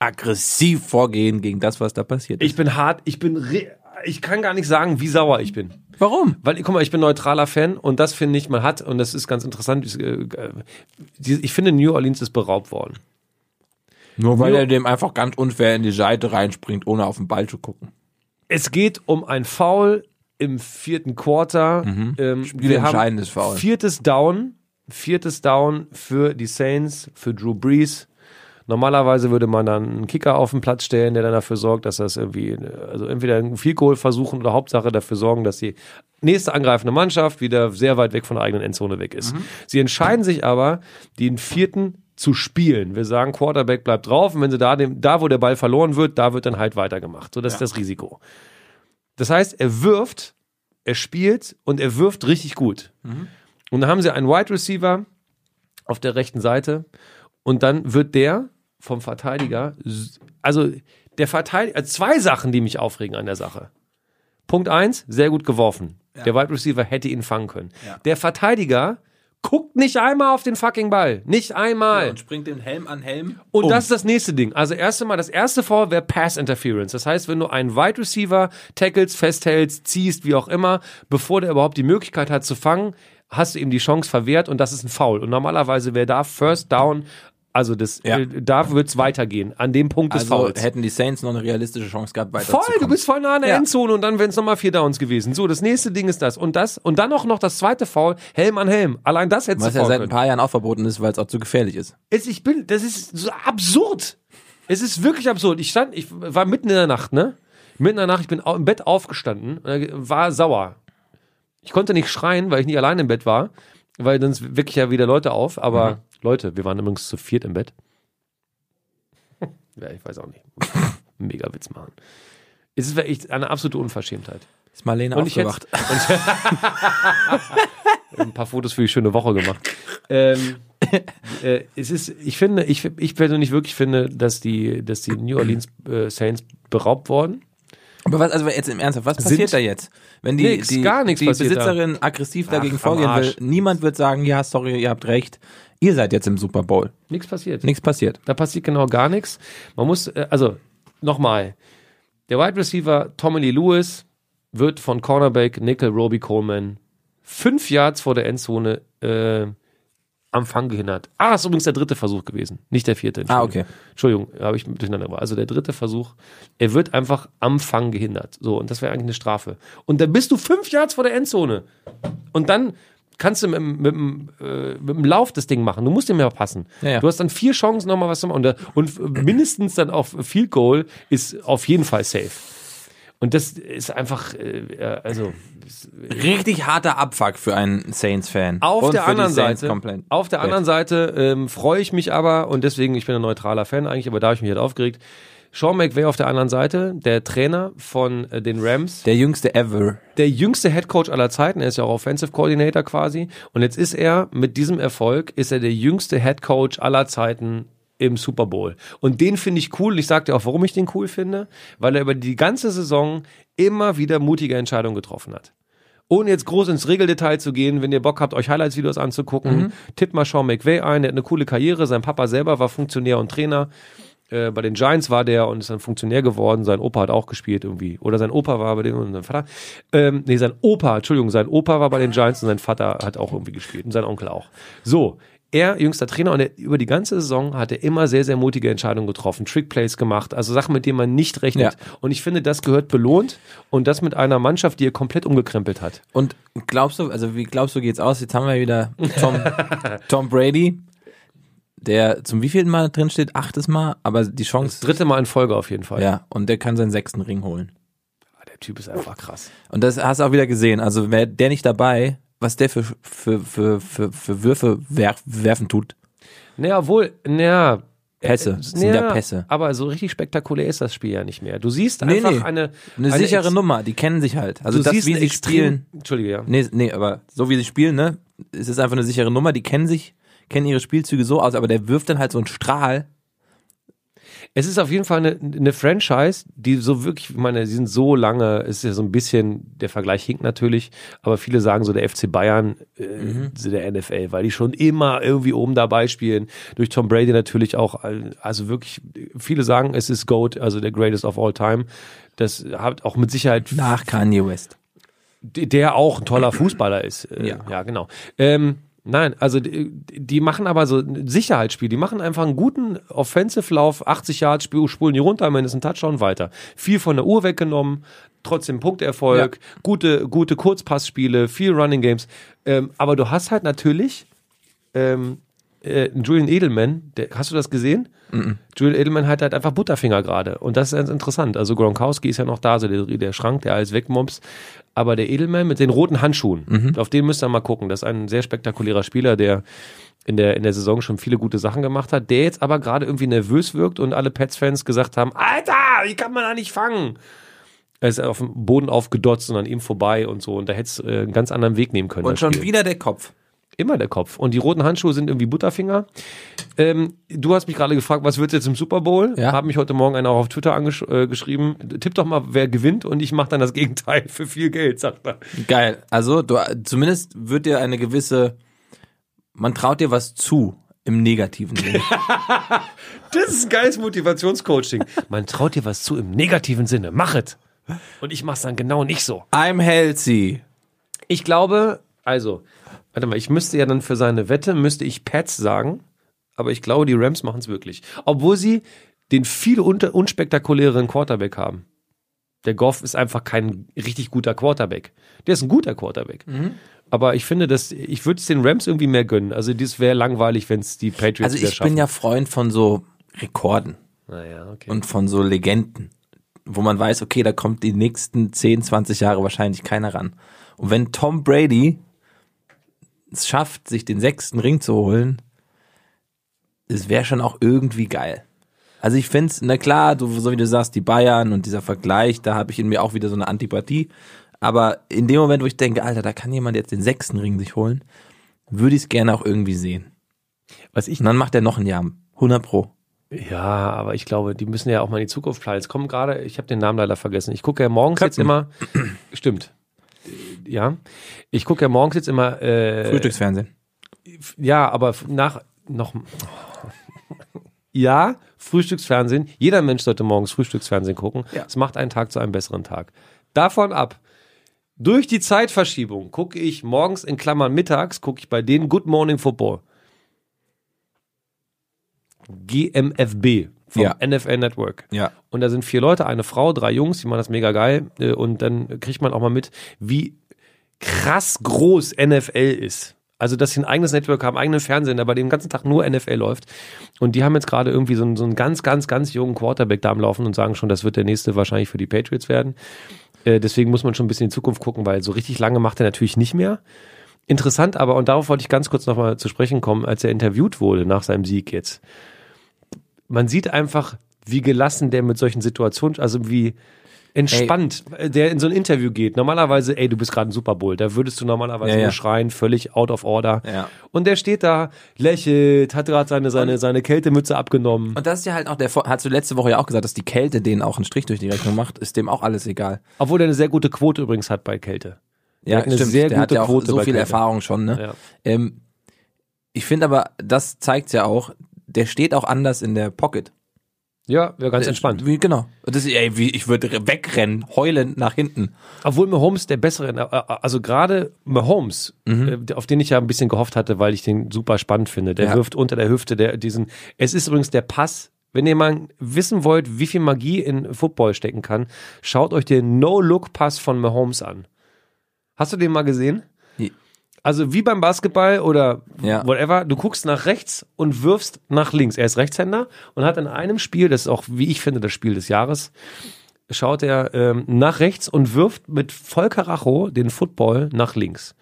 Speaker 2: aggressiv vorgehen gegen das, was da passiert ist.
Speaker 1: Ich bin hart, ich bin, re- ich kann gar nicht sagen, wie sauer ich bin.
Speaker 2: Warum?
Speaker 1: Weil, guck mal, ich bin neutraler Fan und das finde ich, man hat, und das ist ganz interessant, ist, äh, die- ich finde, New Orleans ist beraubt worden.
Speaker 2: Nur weil
Speaker 1: Jo.
Speaker 2: er dem einfach ganz unfair in die Seite reinspringt, ohne auf den Ball zu gucken.
Speaker 1: Es geht um ein Foul im vierten Quarter. Ähm,
Speaker 2: Spielentscheidendes Foul.
Speaker 1: Viertes Down, viertes Down für die Saints, für Drew Brees. Normalerweise würde man dann einen Kicker auf den Platz stellen, der dann dafür sorgt, dass das irgendwie, äh, also entweder einen Field Goal versuchen oder Hauptsache dafür sorgen, dass die nächste angreifende Mannschaft wieder sehr weit weg von der eigenen Endzone weg ist. Sie entscheiden sich aber, den vierten zu spielen. Wir sagen, Quarterback bleibt drauf und wenn sie da, dem, da wo der Ball verloren wird, da wird dann halt weitergemacht. So, das ist das Risiko. Das heißt, er wirft, er spielt und er wirft richtig gut. Und dann haben sie einen Wide Receiver auf der rechten Seite und dann wird der vom Verteidiger, s- also der Verteidiger, also zwei Sachen, die mich aufregen an der Sache. Punkt eins, sehr gut geworfen. Der Wide Receiver hätte ihn fangen können. Der Verteidiger guckt nicht einmal auf den fucking Ball. Nicht einmal.
Speaker 2: springt den Helm an Helm.
Speaker 1: Und das ist das nächste Ding. Also erst einmal, das erste Foul wäre Pass Interference. Das heißt, wenn du einen Wide Receiver tackelst, festhältst, ziehst, wie auch immer, bevor der überhaupt die Möglichkeit hat zu fangen, hast du ihm die Chance verwehrt und das ist ein Foul. Und normalerweise wäre da First Down, also das,
Speaker 2: Ja.
Speaker 1: äh, da wird's weitergehen, an dem Punkt des
Speaker 2: Also
Speaker 1: Fouls.
Speaker 2: hätten die Saints noch eine realistische Chance gehabt,
Speaker 1: Voll,
Speaker 2: weiterzukommen.
Speaker 1: du bist voll nah an der
Speaker 2: Ja.
Speaker 1: Endzone und dann wären es nochmal vier Downs gewesen. So, das nächste Ding ist das. Und das, und dann auch noch das zweite Foul, Helm an Helm. Allein das hättest
Speaker 2: Was
Speaker 1: du
Speaker 2: ja
Speaker 1: faulen
Speaker 2: seit
Speaker 1: können.
Speaker 2: ein paar Jahren auch verboten ist, weil es auch zu gefährlich ist.
Speaker 1: Es, ich bin, das ist so absurd. Es ist wirklich absurd. Ich stand, ich war mitten in der Nacht, ne? Mitten in der Nacht, ich bin au- im Bett aufgestanden und äh, war sauer. Ich konnte nicht schreien, weil ich nicht allein im Bett war, weil sonst wirklich ja wieder Leute auf. Aber Leute, wir waren übrigens zu viert im Bett. ja, ich weiß auch nicht. Mega Witz machen. Es ist wirklich eine absolute Unverschämtheit.
Speaker 2: Ist Marlene
Speaker 1: Und ich hätte,
Speaker 2: aufgewacht.
Speaker 1: und ich, [laughs] ein paar Fotos für die schöne Woche gemacht. Ähm, äh, es ist, ich finde, ich, ich persönlich wirklich finde, dass die, dass die New Orleans äh, Saints beraubt worden.
Speaker 2: Aber was, also jetzt im Ernsthaft, was
Speaker 1: Sind-
Speaker 2: passiert da jetzt? Wenn die,
Speaker 1: Nix,
Speaker 2: die,
Speaker 1: gar nichts
Speaker 2: die
Speaker 1: passiert da.
Speaker 2: Besitzerin aggressiv dagegen
Speaker 1: am
Speaker 2: vorgehen will,
Speaker 1: Arsch.
Speaker 2: niemand wird sagen, ja, sorry, ihr habt recht. Ihr seid jetzt im Super Bowl.
Speaker 1: Nichts passiert.
Speaker 2: Nichts passiert.
Speaker 1: Da passiert genau gar nichts. Man muss, äh, also nochmal, der Wide Receiver Tommy Lee Lewis wird von Cornerback Nickel Roby Coleman fünf Yards vor der Endzone äh, am Fang gehindert. Ah, ist übrigens der dritte Versuch gewesen, nicht der vierte.
Speaker 2: Ah,
Speaker 1: Entschuldigung.
Speaker 2: okay.
Speaker 1: Entschuldigung, habe ich durcheinander war. Also der dritte Versuch, er wird einfach am Fang gehindert. So, und das wäre eigentlich eine Strafe. Und dann bist du fünf Yards vor der Endzone. Und dann kannst du mit, dem- mit, dem, äh, mit dem Lauf das Ding machen. Du musst ihm ja passen.
Speaker 2: Ja, ja.
Speaker 1: Du hast dann vier Chancen nochmal was zu machen. Und, da- und mindestens dann auf Field Goal ist auf jeden Fall safe. Und das ist einfach, äh, äh, also
Speaker 2: Richtig harter Abfuck für einen Saints-Fan.
Speaker 1: auf
Speaker 2: Und
Speaker 1: der
Speaker 2: für die
Speaker 1: anderen
Speaker 2: Saints
Speaker 1: Seite,
Speaker 2: Complaint.
Speaker 1: auf der anderen Seite ähm, freue ich mich aber und deswegen ich bin ein neutraler Fan eigentlich, aber da habe ich mich halt aufgeregt. Sean McVay auf der anderen Seite, der Trainer von äh, den Rams,
Speaker 2: Der jüngste ever.
Speaker 1: der jüngste Head Coach aller Zeiten, er ist ja auch Offensive Coordinator quasi und jetzt ist er mit diesem Erfolg ist er der jüngste Head Coach aller Zeiten im Super Bowl und den finde ich cool. Ich sage dir auch, warum ich den cool finde, weil er über die ganze Saison immer wieder mutige Entscheidungen getroffen hat ohne jetzt groß ins Regeldetail zu gehen, wenn ihr Bock habt, euch Highlights-Videos anzugucken, tippt mal Sean McVay ein, der hat eine coole Karriere, sein Papa selber war Funktionär und Trainer, äh, bei den Giants war der und ist dann Funktionär geworden, sein Opa hat auch gespielt irgendwie, oder sein Opa war bei dem und sein Vater, ähm, nee, sein Opa, Entschuldigung, sein Opa war bei den Giants und sein Vater hat auch irgendwie gespielt und sein Onkel auch. So, er, jüngster Trainer, und er, über die ganze Saison hat er immer sehr, sehr mutige Entscheidungen getroffen, Trickplays gemacht, also Sachen, mit denen man nicht rechnet.
Speaker 2: Ja.
Speaker 1: Und ich finde, das gehört belohnt und das mit einer Mannschaft, die er komplett umgekrempelt hat.
Speaker 2: Und glaubst du, also wie glaubst du geht's aus? Jetzt haben wir wieder
Speaker 1: [laughs]
Speaker 2: Tom, Tom Brady, der zum wievielten Mal drin steht? Achtes Mal, aber die
Speaker 1: Das
Speaker 2: Chance.
Speaker 1: dritte Mal in Folge auf jeden Fall.
Speaker 2: Ja, und der kann seinen sechsten Ring holen.
Speaker 1: Der Typ ist einfach krass.
Speaker 2: Und das hast du auch wieder gesehen. Also wäre der nicht dabei, was der für, für, für, für, für Würfe werf, werfen tut.
Speaker 1: Naja, wohl, naja,
Speaker 2: Pässe. Das sind ja, Pässe.
Speaker 1: Aber so richtig spektakulär ist das Spiel ja nicht mehr. Du siehst
Speaker 2: Nee,
Speaker 1: einfach
Speaker 2: nee.
Speaker 1: eine,
Speaker 2: Eine, sichere
Speaker 1: Ex-
Speaker 2: Nummer, die kennen sich halt.
Speaker 1: Also
Speaker 2: Also
Speaker 1: Du
Speaker 2: das,
Speaker 1: siehst
Speaker 2: wie
Speaker 1: eine
Speaker 2: sie
Speaker 1: extrem-
Speaker 2: spielen.
Speaker 1: Entschuldige, ja.
Speaker 2: Nee, nee, aber so wie sie spielen, ne? Es ist einfach eine sichere Nummer, die kennen sich, kennen ihre Spielzüge so aus, aber der wirft dann halt so einen Strahl.
Speaker 1: Es ist auf jeden Fall eine, eine Franchise, die so wirklich, ich meine, sie sind so lange, ist ja so ein bisschen, der Vergleich hinkt natürlich, aber viele sagen so der FC Bayern äh, zu der NFL, weil die schon immer irgendwie oben dabei spielen. Durch Tom Brady natürlich auch, äh, also wirklich, viele sagen, es ist GOAT, also der greatest of all time. Das hat auch mit Sicherheit
Speaker 2: Nach Kanye West.
Speaker 1: D- der auch ein toller Fußballer ist. Äh,
Speaker 2: Ja.
Speaker 1: ja. genau. Ähm, nein, also die, die machen aber so ein Sicherheitsspiel. Die machen einfach einen guten Offensive-Lauf, 80 Yards, sp- spulen die runter, am Ende ist ein Touchdown weiter. Viel von der Uhr weggenommen, trotzdem Punkterfolg, gute, gute Kurzpassspiele, viel Running Games. Ähm, aber du hast halt natürlich ähm, äh, Julian Edelman, der, hast du das gesehen?
Speaker 2: Mhm.
Speaker 1: Julian Edelman hat halt einfach Butterfinger gerade. Und das ist ganz interessant. Also Gronkowski ist ja noch da, so der, der Schrank, der alles wegmobst. Aber der Edelman mit den roten Handschuhen,
Speaker 2: Mhm.
Speaker 1: auf den müsst ihr mal gucken. Das ist ein sehr spektakulärer Spieler, der in der, in der Saison schon viele gute Sachen gemacht hat, der jetzt aber gerade irgendwie nervös wirkt und alle Pets-Fans gesagt haben, Alter, wie kann man da nicht fangen? Er ist auf dem Boden aufgedotzt und an ihm vorbei und so. Und da hättest du äh, einen ganz anderen Weg nehmen können.
Speaker 2: Und
Speaker 1: das
Speaker 2: schon
Speaker 1: Spiel.
Speaker 2: wieder der Kopf.
Speaker 1: Immer der Kopf. Und die roten Handschuhe sind irgendwie Butterfinger. Ähm, du hast mich gerade gefragt, was wird jetzt im Super Bowl?
Speaker 2: Ja.
Speaker 1: Hab mich heute Morgen einer auch auf Twitter angesch- äh, geschrieben. Tipp doch mal, wer gewinnt und ich mache dann das Gegenteil [laughs] für viel Geld, sagt er.
Speaker 2: Geil. Also, du, zumindest wird dir eine gewisse, man traut dir was zu im negativen Sinne.
Speaker 1: Das ist ein geiles Motivationscoaching. Man traut dir was zu im negativen Sinne. Mach es. Und ich mach's dann genau nicht so.
Speaker 2: [laughs] I'm healthy.
Speaker 1: Ich glaube, also, warte mal, ich müsste ja dann für seine Wette, müsste ich Pats sagen, aber ich glaube, die Rams machen es wirklich. Obwohl sie den viel unter, unspektakuläreren Quarterback haben. Der Goff ist einfach kein richtig guter Quarterback. Der ist ein guter Quarterback.
Speaker 2: Mhm.
Speaker 1: Aber ich finde, dass ich würde es den Rams irgendwie mehr gönnen. Also, das wäre langweilig, wenn es die Patriots
Speaker 2: Also,
Speaker 1: wieder
Speaker 2: ich
Speaker 1: schaffen.
Speaker 2: bin ja Freund von so Rekorden.
Speaker 1: naja, okay.
Speaker 2: und von so Legenden, wo man weiß, okay, da kommt die nächsten 10, 20 Jahre wahrscheinlich keiner ran. Und wenn Tom Brady es schafft, sich den sechsten Ring zu holen, es wäre schon auch irgendwie geil. Also ich find's, na klar, so, so wie du sagst, die Bayern und dieser Vergleich, da habe ich in mir auch wieder so eine Antipathie. Aber in dem Moment, wo ich denke, Alter, da kann jemand jetzt den sechsten Ring sich holen, würde ich es gerne auch irgendwie sehen.
Speaker 1: Was ich
Speaker 2: Und dann macht er noch ein Jahr. 100 Pro.
Speaker 1: Ja, aber ich glaube, die müssen ja auch mal in die Zukunft planen. Jetzt kommen gerade, ich habe den Namen leider vergessen. Ich gucke ja morgens jetzt immer. Stimmt. Äh, Ja. Ich gucke ja morgens jetzt immer. Äh,
Speaker 2: Frühstücksfernsehen.
Speaker 1: ja, aber f- nach noch. [laughs] Ja, Frühstücksfernsehen. Jeder Mensch sollte morgens Frühstücksfernsehen gucken.
Speaker 2: Ja.
Speaker 1: Es macht einen Tag zu einem besseren Tag. Davon ab. Durch die Zeitverschiebung gucke ich morgens in Klammern mittags, gucke ich bei denen Good Morning Football. GMFB vom
Speaker 2: Ja.
Speaker 1: NFL Network.
Speaker 2: Ja.
Speaker 1: Und da sind vier Leute, eine Frau, drei Jungs, die machen das mega geil. Äh, Und dann kriegt man auch mal mit, wie krass groß NFL ist. Also, dass sie ein eigenes Network haben, eigenen Fernsehen, aber den ganzen Tag nur NFL läuft. Und die haben jetzt gerade irgendwie so einen, so einen ganz, ganz, ganz jungen Quarterback da am Laufen und sagen schon, das wird der nächste wahrscheinlich für die Patriots werden. Äh, deswegen muss man schon ein bisschen in die Zukunft gucken, weil so richtig lange macht er natürlich nicht mehr. Interessant aber, und darauf wollte ich ganz kurz nochmal zu sprechen kommen, als er interviewt wurde nach seinem Sieg jetzt. Man sieht einfach, wie gelassen der mit solchen Situationen, also wie entspannt äh, der in so ein Interview geht. Normalerweise, ey, du bist gerade ein Super Bowl, da würdest du normalerweise
Speaker 2: Ja, ja.
Speaker 1: nur schreien, völlig out of order.
Speaker 2: Ja.
Speaker 1: Und der steht da, lächelt, hat gerade seine, seine, seine Kältemütze abgenommen.
Speaker 2: Und das ist ja halt auch der, Vor- hast du letzte Woche ja auch gesagt, dass die Kälte denen auch einen Strich durch die Rechnung macht, ist dem auch alles egal.
Speaker 1: Obwohl er eine sehr gute Quote übrigens hat bei Kälte.
Speaker 2: Ja,
Speaker 1: hat eine sehr
Speaker 2: der hat
Speaker 1: gute
Speaker 2: ja auch
Speaker 1: Quote
Speaker 2: so
Speaker 1: bei
Speaker 2: viel
Speaker 1: Kälte.
Speaker 2: Erfahrung schon, ne?
Speaker 1: Ja.
Speaker 2: Ähm, ich finde aber, das zeigt's ja auch, der steht auch anders in der Pocket.
Speaker 1: Ja, ja ganz entspannt.
Speaker 2: Wie, genau. Und Das ist, ey, wie, ich würde wegrennen, heulend nach hinten.
Speaker 1: Obwohl Mahomes der bessere, äh, also gerade Mahomes, äh, auf den ich ja ein bisschen gehofft hatte, weil ich den super spannend finde. Der
Speaker 2: Ja.
Speaker 1: wirft unter der Hüfte der, diesen. Es ist übrigens der Pass. Wenn ihr mal wissen wollt, wie viel Magie in Football stecken kann, schaut euch den No-Look-Pass von Mahomes an. Hast du den mal gesehen?
Speaker 2: Nee.
Speaker 1: Also wie beim Basketball oder
Speaker 2: Ja.
Speaker 1: whatever, du guckst nach rechts und wirfst nach links. Er ist Rechtshänder und hat in einem Spiel, das ist auch, wie ich finde, das Spiel des Jahres, schaut er ähm, nach rechts und wirft mit Volkeracho den Football nach links.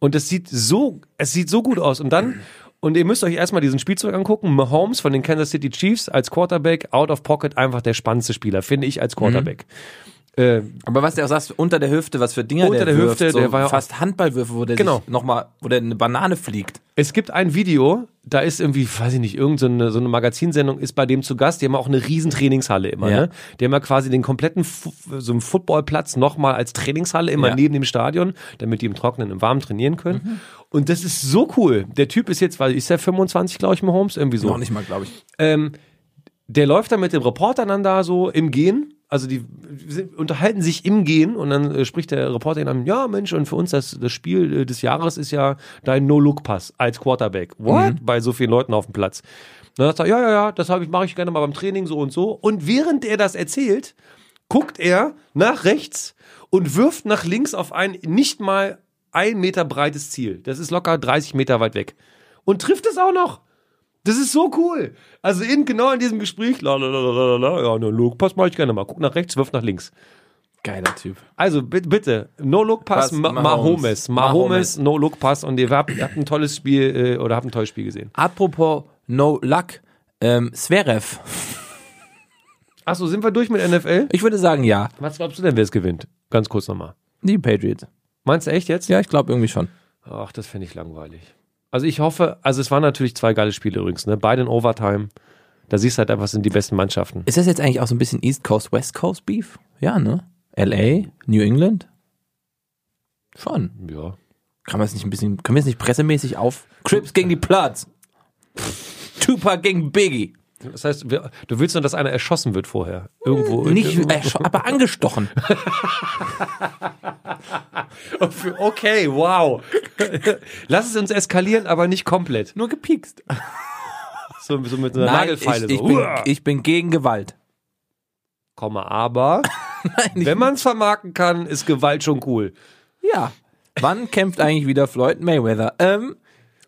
Speaker 1: Und es sieht so, es sieht so gut aus. Und dann, Und ihr müsst euch erstmal diesen Spielzeug angucken. Mahomes von den Kansas City Chiefs als Quarterback, out of pocket, einfach der spannendste Spieler, finde ich, als Quarterback. Äh,
Speaker 2: Aber was du auch sagst, unter der Hüfte, was für Dinger
Speaker 1: Unter
Speaker 2: der,
Speaker 1: der
Speaker 2: wirft,
Speaker 1: Hüfte,
Speaker 2: so
Speaker 1: der war ja
Speaker 2: fast Handballwürfe, wo der
Speaker 1: Genau.
Speaker 2: sich noch mal, wo der eine Banane fliegt.
Speaker 1: Es gibt ein Video, da ist irgendwie, weiß ich nicht, irgendeine so eine Magazinsendung ist bei dem zu Gast. Die haben auch eine riesen Trainingshalle immer.
Speaker 2: Ja.
Speaker 1: Ne? Die haben ja quasi den kompletten Fu so einen Footballplatz nochmal als Trainingshalle immer
Speaker 2: Ja. Mhm.
Speaker 1: neben dem Stadion, damit die im Trockenen, im Warmen trainieren können. Und das ist so cool. Der Typ ist jetzt, weil ist der 25, glaube ich, Mahomes irgendwie so.
Speaker 2: Noch nicht mal, glaube ich.
Speaker 1: Ähm, der läuft dann mit dem Reporter dann da so im Gehen. Also die sind, unterhalten sich im Gehen und dann äh, spricht der Reporter ihn an, ja Mensch, und für uns das, das Spiel äh, des Jahres ist ja dein No-Look-Pass als Quarterback. What? Bei so vielen Leuten auf dem Platz. Dann sagt er, ja, ja, ja, das hab ich, mache ich gerne mal beim Training so und so. Und während er das erzählt, guckt er nach rechts und wirft nach links auf ein nicht mal ein Meter breites Ziel. Das ist locker 30 Meter weit weg. Und trifft es auch noch. Das ist so cool. Also in, genau in diesem Gespräch, la la la la la la, ja, ne, Look, pass mache ich gerne mal. Guck nach rechts, wirf nach links.
Speaker 2: Geiler Typ.
Speaker 1: Also bitte, bitte No Look Pass,
Speaker 2: Pass,
Speaker 1: Ma Mahomes.
Speaker 2: Mahomes.
Speaker 1: Mahomes, No Look Pass und ihr habt, ihr habt ein tolles Spiel äh, oder habt ein tolles Spiel gesehen.
Speaker 2: Apropos No Luck, ähm, Zverev.
Speaker 1: Achso, sind wir durch mit NFL?
Speaker 2: Ich würde sagen, ja.
Speaker 1: Was glaubst du denn, wer es gewinnt? Ganz kurz nochmal.
Speaker 2: Die Patriots.
Speaker 1: Meinst du echt jetzt?
Speaker 2: Ja, ich glaube irgendwie schon.
Speaker 1: Ach, das fände ich langweilig. Also ich hoffe, also es waren natürlich zwei geile Spiele übrigens, ne? Beide in Overtime. Da siehst du halt einfach, es sind die besten Mannschaften.
Speaker 2: Ist das jetzt eigentlich auch so ein bisschen East Coast, West Coast Beef? Ja, ne? LA, New England? Schon.
Speaker 1: Ja.
Speaker 2: Kann man es nicht ein bisschen, können wir es nicht pressemäßig auf? Crips gegen die Platz. Tupac gegen Biggie.
Speaker 1: Das heißt, wir, du willst nur, dass einer erschossen wird vorher. Irgendwo.
Speaker 2: Nicht, ersch- aber angestochen.
Speaker 1: Für- Okay, wow. Lass es uns eskalieren, aber nicht komplett.
Speaker 2: Nur gepiekst.
Speaker 1: So, so mit einer
Speaker 2: Nein, ich,
Speaker 1: Nagelfeile.
Speaker 2: ich,
Speaker 1: so.
Speaker 2: bin,
Speaker 1: Uah.
Speaker 2: ich bin gegen Gewalt.
Speaker 1: Komma,
Speaker 2: [laughs]
Speaker 1: aber wenn man es vermarkten kann, ist Gewalt schon cool.
Speaker 2: Ja. Wann kämpft eigentlich wieder Floyd Mayweather? Ähm,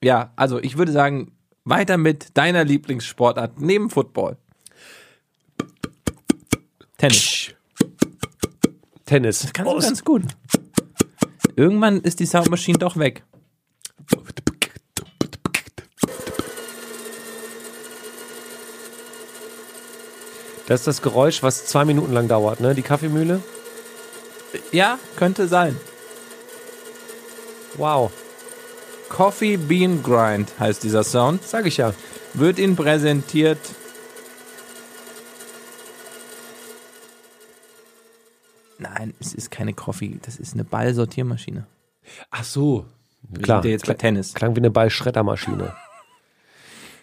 Speaker 2: ja, also ich würde sagen, weiter mit deiner Lieblingssportart neben Football. Tennis.
Speaker 1: Tennis.
Speaker 2: Kannst du ganz gut. Irgendwann ist die Soundmaschine doch weg.
Speaker 1: Das ist das Geräusch, was zwei Minuten lang dauert, ne? Die Kaffeemühle.
Speaker 2: Ja, könnte sein.
Speaker 1: Wow,
Speaker 2: Coffee Bean Grind heißt dieser Sound.
Speaker 1: sag ich ja.
Speaker 2: Wird Ihnen präsentiert. Nein, es ist keine Coffee, das ist eine Ballsortiermaschine.
Speaker 1: Ach so.
Speaker 2: Wir
Speaker 1: Klar.
Speaker 2: sind ja jetzt bei Tennis.
Speaker 1: Klang wie eine Ballschreddermaschine.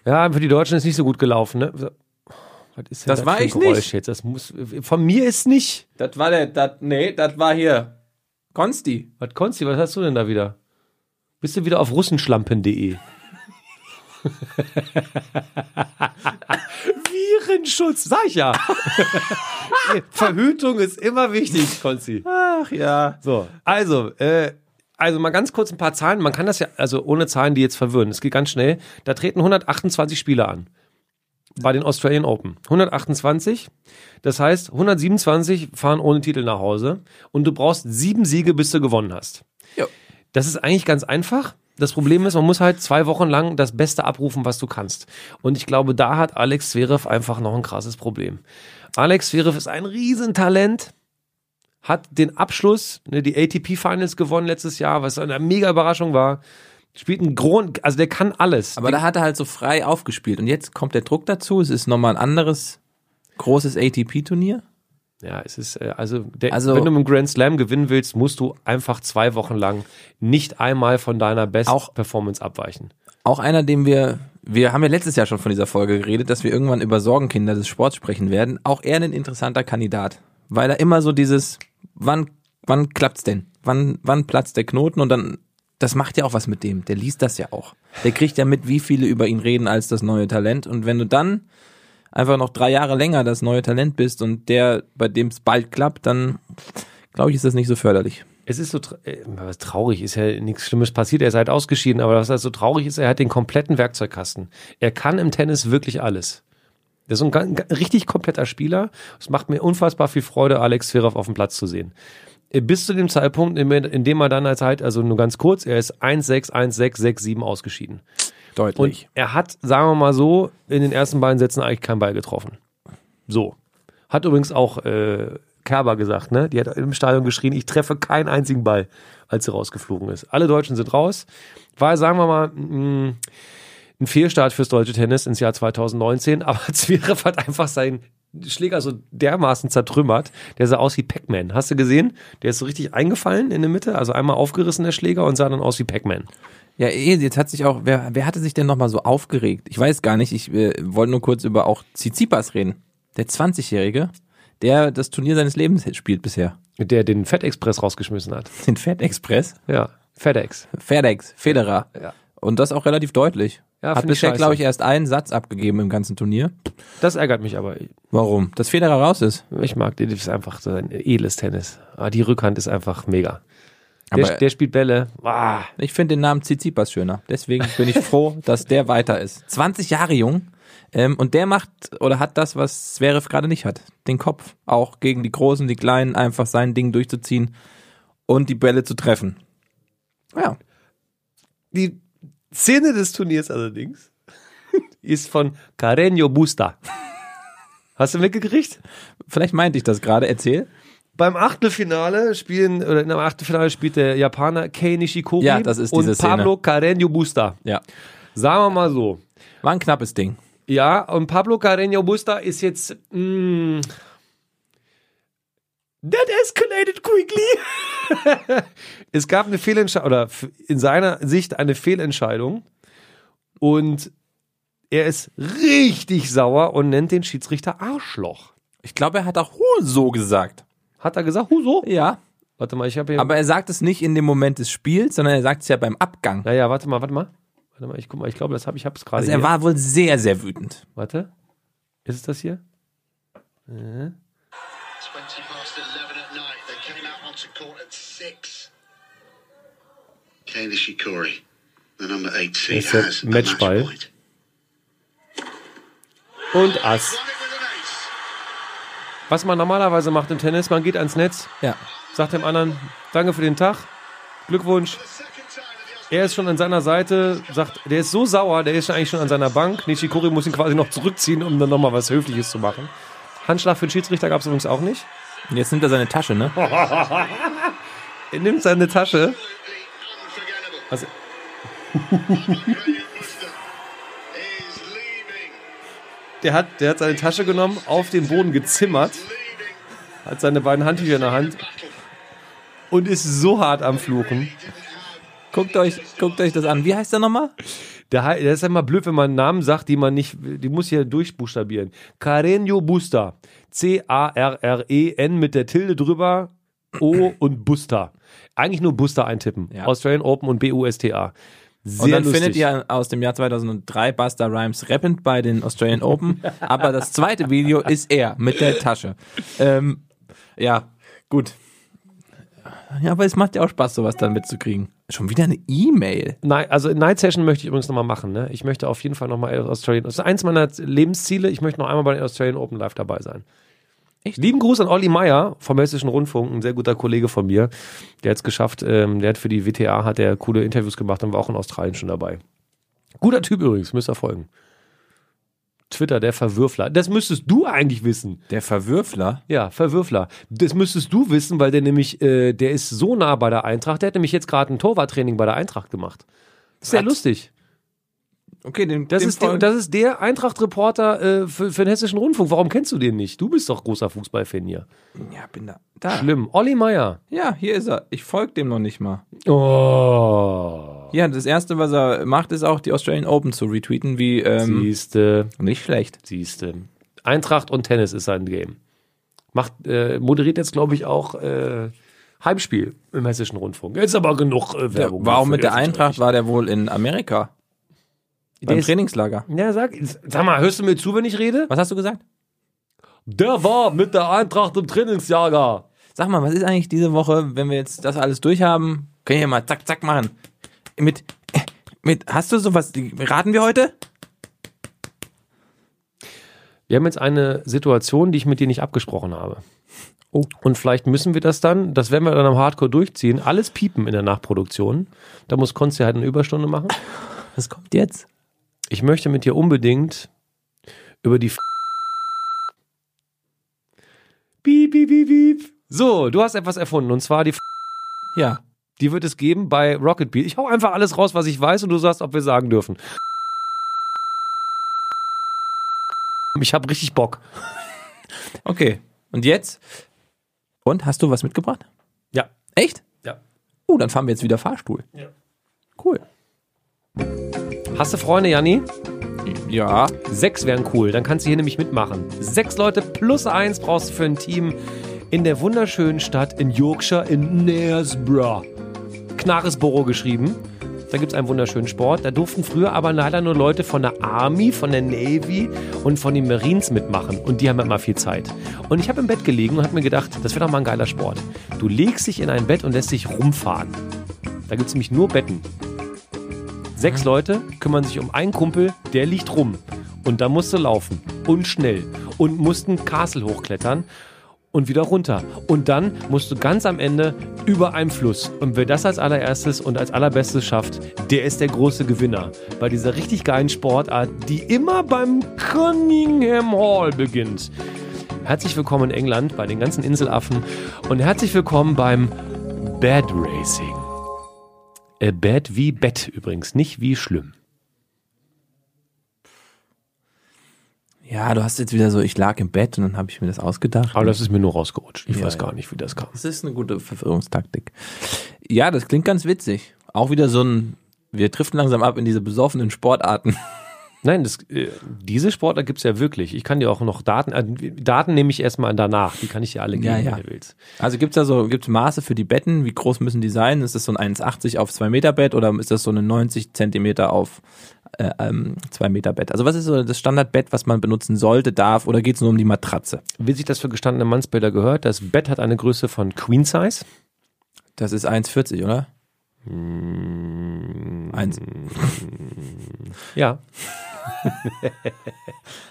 Speaker 1: Ja, für die Deutschen ist nicht so gut gelaufen, ne? So. Was ist denn
Speaker 2: Das war
Speaker 1: für ein
Speaker 2: ich
Speaker 1: Geräusch
Speaker 2: nicht.
Speaker 1: Jetzt? Das muss, von mir ist nicht.
Speaker 2: Das war der, das, nee, das war hier. Konsti.
Speaker 1: Was Konsti, was hast du denn da wieder? Bist du wieder auf russenschlampen.de? [laughs] Virenschutz, sag ich [laughs] ja. Verhütung ist immer wichtig, Konsti.
Speaker 2: Ach ja.
Speaker 1: So, also, äh, also mal ganz kurz ein paar Zahlen. Man kann das ja, also ohne Zahlen, die jetzt verwirren. Es geht ganz schnell. Da treten 128 Spieler an. Bei den Australian Open. 128. Das heißt, 127 fahren ohne Titel nach Hause. Und du brauchst sieben Siege, bis du gewonnen hast.
Speaker 2: Jo.
Speaker 1: Das ist eigentlich ganz einfach. Das Problem ist, man muss halt zwei Wochen lang das Beste abrufen, was du kannst. Und ich glaube, da hat Alex Zverev einfach noch ein krasses Problem. Alex Zverev ist ein Riesentalent hat den Abschluss, ne, die ATP Finals gewonnen letztes Jahr, was eine mega Überraschung war. Spielt einen Grund, also der kann alles.
Speaker 2: Aber da hat er halt so frei aufgespielt. Und jetzt kommt der Druck dazu. Es ist nochmal ein anderes großes ATP-Turnier.
Speaker 1: ja, es ist äh, also, der,
Speaker 2: Also-
Speaker 1: wenn du mit dem Grand Slam gewinnen willst, musst du einfach zwei Wochen lang nicht einmal von deiner Best
Speaker 2: Auch-
Speaker 1: Performance abweichen.
Speaker 2: Auch einer, dem wir, wir haben ja letztes Jahr schon von dieser Folge geredet, dass wir irgendwann über Sorgenkinder des Sports sprechen werden. Auch er ein interessanter Kandidat. Weil er immer so dieses, wann, wann klappt's denn? Wann, wann platzt der Knoten? Und dann, das macht ja auch was mit dem. Der liest das ja auch. Der kriegt ja mit, wie viele über ihn reden als das neue Talent. Und wenn du dann einfach noch drei Jahre länger das neue Talent bist und der, bei dem es bald klappt, dann glaube ich, ist das nicht so förderlich.
Speaker 1: Es ist so tra äh, was traurig, ist ja nichts Schlimmes passiert, er ist halt ausgeschieden, aber was halt so traurig ist, er hat den kompletten Werkzeugkasten. Er kann im Tennis wirklich alles. Der ist so ein ga- ga- richtig kompletter Spieler. Es macht mir unfassbar viel Freude, Alex Zverev auf dem Platz zu sehen. Äh, bis zu dem Zeitpunkt, in, in dem er dann als halt, also nur ganz kurz, er ist 161667 ausgeschieden.
Speaker 2: Deutlich.
Speaker 1: Und er hat, sagen wir mal so, in den ersten beiden Sätzen eigentlich keinen Ball getroffen. So. Hat übrigens auch äh, Kerber gesagt, ne? Die hat im Stadion geschrien, ich treffe keinen einzigen Ball, als sie rausgeflogen ist. Alle Deutschen sind raus. War, sagen wir mal, mh, ein Fehlstart fürs deutsche Tennis ins Jahr 2019, aber [laughs] Zverev hat einfach seinen Schläger so dermaßen zertrümmert, der sah aus wie Pac-Man. Hast du gesehen? Der ist so richtig eingefallen in der Mitte, also einmal aufgerissen der Schläger und sah dann aus wie Pac-Man.
Speaker 2: Ja, eh, jetzt hat sich auch, wer, wer hatte sich denn nochmal so aufgeregt? Ich weiß gar nicht, ich äh, wollte nur kurz über auch Tsitsipas reden. Der 20-Jährige, der das Turnier seines Lebens spielt bisher. [laughs]
Speaker 1: Der den FedEx-Press rausgeschmissen hat.
Speaker 2: Den Fed Express.
Speaker 1: Ja, FedEx.
Speaker 2: FedEx, Federer.
Speaker 1: Ja.
Speaker 2: Und das auch relativ deutlich.
Speaker 1: Ja,
Speaker 2: hat
Speaker 1: find ich
Speaker 2: bisher,
Speaker 1: scheiße.
Speaker 2: glaube ich, erst einen Satz abgegeben im ganzen Turnier.
Speaker 1: Das ärgert mich aber.
Speaker 2: Warum? Dass Federer raus ist.
Speaker 1: Ich mag den, das ist einfach so ein edles Tennis. Ah, die Rückhand ist einfach mega. Der,
Speaker 2: Aber-
Speaker 1: der spielt Bälle. Ah,
Speaker 2: Ich finde den Namen Tsitsipas schöner. Deswegen bin ich [laughs] froh, dass der weiter ist. 20 Jahre jung. Ähm, und der macht oder hat das, was Zverev gerade nicht hat. Den Kopf. Auch gegen die Großen, die Kleinen, einfach sein Ding durchzuziehen und die Bälle zu treffen. Ja.
Speaker 1: Die Szene des Turniers allerdings [laughs] ist von Carreño Busta. Hast du mitgekriegt?
Speaker 2: Vielleicht meinte ich das gerade. Erzähl.
Speaker 1: Beim Achtelfinale spielen, oder in einem Achtelfinale spielt der Japaner Kei Nishikori
Speaker 2: Ja, das ist
Speaker 1: und
Speaker 2: diese Szene.
Speaker 1: Pablo Carreño Busta.
Speaker 2: Ja.
Speaker 1: Sagen wir mal so.
Speaker 2: War ein knappes Ding.
Speaker 1: Ja, und Pablo Carreño Busta ist jetzt. mm, that escalated quickly. [laughs] es gab eine Fehlentscheidung, oder f- in seiner Sicht eine Fehlentscheidung. Und er ist richtig sauer und nennt den Schiedsrichter Arschloch.
Speaker 2: Ich glaube, er hat auch Hu so gesagt.
Speaker 1: Hat er gesagt, Huso?
Speaker 2: Ja.
Speaker 1: Warte mal, ich habe hier.
Speaker 2: Aber er sagt es nicht in dem Moment des Spiels, sondern er sagt es ja beim Abgang.
Speaker 1: naja, warte mal, warte mal. Warte mal, ich guck mal, ich glaube, das habe ich hab's gerade.
Speaker 2: Also er
Speaker 1: hier.
Speaker 2: war wohl sehr, sehr wütend.
Speaker 1: Warte. Ist es das hier?
Speaker 3: 20 past 11 at night. They came out onto court at 6. Kane Ishikori, the number 8 seed,
Speaker 1: It's a
Speaker 3: has a
Speaker 1: match
Speaker 3: match
Speaker 1: ball.
Speaker 3: point.
Speaker 1: Und Ass.
Speaker 3: Won it with an ace.
Speaker 1: Was man normalerweise macht im Tennis, man geht ans Netz,
Speaker 2: Ja.
Speaker 1: sagt dem anderen, danke für den Tag, Glückwunsch.
Speaker 3: The second time of the
Speaker 1: Er ist schon an seiner Seite, sagt, der ist so sauer, der ist eigentlich schon an seiner Bank. Nishikori muss ihn quasi noch zurückziehen, um dann nochmal was Höfliches zu machen. Handschlag für den Schiedsrichter gab es übrigens auch nicht.
Speaker 2: Und jetzt nimmt er seine Tasche, ne?
Speaker 1: Er nimmt seine Tasche.
Speaker 3: Absolutely unforgettable.
Speaker 1: Was-
Speaker 3: Ukrainian Rooster is leaving,
Speaker 1: Der hat, der hat seine Tasche genommen, auf den Boden gezimmert,
Speaker 3: leaving
Speaker 1: hat seine beiden Handtücher in der Hand und ist so hart am Fluchen.
Speaker 2: Guckt euch, guckt euch das an. Wie heißt der nochmal?
Speaker 1: Der, hei- der ist immer blöd, wenn man einen Namen sagt, die man nicht, die muss hier durchbuchstabieren. Carreño Busta. C-A-R-R-E-N E mit der Tilde drüber,
Speaker 2: [clears throat]
Speaker 1: O und Busta. Eigentlich nur Busta eintippen.
Speaker 2: Ja.
Speaker 1: Australian Open und B-U-S-T-A. Sehr
Speaker 2: Und dann
Speaker 1: lustig.
Speaker 2: findet ihr aus dem Jahr 2003 Buster Rhymes rappend bei den Australian Open. Aber das zweite Video ist er mit der Tasche. Ähm, ja, gut. Ja, aber es macht ja auch Spaß, sowas dann mitzukriegen. Schon wieder eine E-Mail.
Speaker 1: Nein, also Night Session möchte ich übrigens nochmal machen. Ne? Ich möchte auf jeden Fall nochmal Australian. Das ist eins meiner Lebensziele. Ich möchte noch einmal bei den Australian Open Live dabei sein.
Speaker 2: Echt?
Speaker 1: Lieben Gruß an Olli Meyer vom Hessischen Rundfunk, ein sehr guter Kollege von mir. Der hat es geschafft. Ähm, der hat für die WTA hat der coole Interviews gemacht und war auch in Australien schon dabei. Guter Typ übrigens, müsst ihr folgen. Twitter, der Verwürfler. Das müsstest du eigentlich wissen.
Speaker 2: Der Verwürfler.
Speaker 1: Ja, Verwürfler. Das müsstest du wissen, weil der nämlich, äh, der ist so nah bei der Eintracht. Der hat nämlich jetzt gerade ein Torwarttraining bei der Eintracht gemacht. Sehr
Speaker 2: Was?
Speaker 1: lustig.
Speaker 2: Okay, den,
Speaker 1: Das
Speaker 2: den
Speaker 1: ist, der,
Speaker 2: folgen-
Speaker 1: das ist der Eintracht-Reporter äh, für, für den Hessischen Rundfunk. Warum kennst du den nicht? Du bist doch großer Fußballfan hier.
Speaker 2: Ja, bin da. da.
Speaker 1: Schlimm. Olli Meier.
Speaker 2: Ja, hier ist er. Ich folge dem noch nicht mal.
Speaker 1: Oh.
Speaker 2: Ja, das erste, was er macht, ist auch die Australian Open zu retweeten, wie ähm,
Speaker 1: Siehste,
Speaker 2: nicht schlecht.
Speaker 1: siehste. Eintracht und Tennis ist sein Game. Macht, äh, moderiert jetzt, glaube ich, auch äh, Heimspiel im Hessischen Rundfunk. Jetzt aber genug äh,
Speaker 2: Der
Speaker 1: Werbung.
Speaker 2: war auch mit
Speaker 1: für
Speaker 2: der
Speaker 1: die
Speaker 2: Eintracht, war der wohl in Amerika. Beim
Speaker 1: ist-
Speaker 2: Trainingslager.
Speaker 1: Ja, sag, sag mal, hörst du mir zu, wenn ich rede?
Speaker 2: Was hast du gesagt?
Speaker 1: Der war mit der Eintracht im Trainingsjager.
Speaker 2: Sag mal, was ist eigentlich diese Woche, wenn wir jetzt das alles durchhaben? Können wir mal zack, zack machen. Mit, äh, mit, hast du sowas, die- raten wir heute?
Speaker 1: Wir haben jetzt eine Situation, die ich mit dir nicht abgesprochen habe. Und vielleicht müssen wir das dann, das werden wir dann am Hardcore durchziehen, alles piepen in der Nachproduktion. Da muss Konzi halt eine Überstunde machen.
Speaker 2: Was kommt jetzt?
Speaker 1: Ich möchte mit dir unbedingt über die. F- Piep, piep, piep, piep. So, du hast etwas erfunden und zwar die. F-
Speaker 2: Ja.
Speaker 1: Die wird es geben bei Rocket Beat. Ich hau einfach alles raus, was ich weiß und du sagst, ob wir sagen dürfen. Ich habe richtig Bock.
Speaker 2: Okay. Und jetzt? Und hast du was mitgebracht?
Speaker 1: Ja,
Speaker 2: Echt?
Speaker 1: ja.
Speaker 2: Oh, dann fahren wir jetzt wieder Fahrstuhl.
Speaker 1: Ja.
Speaker 2: Cool.
Speaker 1: Hast du Freunde, Janni?
Speaker 2: Ja.
Speaker 1: Sechs wären cool, dann kannst du hier nämlich mitmachen. Sechs Leute plus eins brauchst du für ein Team in der wunderschönen Stadt in Yorkshire in Knaresborough. Knaresborough geschrieben. Da gibt es einen wunderschönen Sport. Da durften früher aber leider nur Leute von der Army, von der Navy und von den Marines mitmachen. Und die haben immer viel Zeit. Und ich habe im Bett gelegen und habe mir gedacht, das wäre doch mal ein geiler Sport. Du legst dich in ein Bett und lässt dich rumfahren. Da gibt es nämlich nur Betten. Sechs Leute kümmern sich um einen Kumpel, der liegt rum. Und da musste laufen. Und schnell. Und mussten Castle hochklettern. Und wieder runter. Und dann musst du ganz am Ende über einen Fluss. Und wer das als allererstes und als allerbestes schafft, der ist der große Gewinner. Bei dieser richtig geilen Sportart, die immer beim Cunningham Hall beginnt. Herzlich willkommen in England bei den ganzen Inselaffen. Und herzlich willkommen beim Bad Racing. Äh, Bad wie Bett übrigens, nicht wie schlimm.
Speaker 2: Ja, du hast jetzt wieder so, ich lag im Bett und dann habe ich mir das ausgedacht.
Speaker 1: Aber das ist mir nur rausgerutscht. Ich
Speaker 2: Ja,
Speaker 1: weiß
Speaker 2: ja.
Speaker 1: gar nicht, wie das kam.
Speaker 2: Das ist eine gute Verwirrungstaktik. Ja, das klingt ganz witzig. Auch wieder so ein, wir driften langsam ab in diese besoffenen Sportarten.
Speaker 1: Nein, das, äh, diese Sportler gibt es ja wirklich. Ich kann dir auch noch Daten, äh, Daten nehme ich erstmal danach. Die kann ich dir alle geben,
Speaker 2: Ja, ja.
Speaker 1: wenn du willst.
Speaker 2: Also gibt's da so, gibt's Maße für die Betten? Wie groß müssen die sein? Ist das so ein 1,80 auf 2 Meter Bett oder ist das so ein 90 Zentimeter auf äh, ähm, 2 Meter Bett? Also was ist so das Standardbett, was man benutzen sollte, darf oder geht's nur um die Matratze?
Speaker 1: Wie sich das für gestandene Mannsbilder gehört, das Bett hat eine Größe von Queen Size.
Speaker 2: Das ist 1,40, oder? Eins-
Speaker 1: Ja,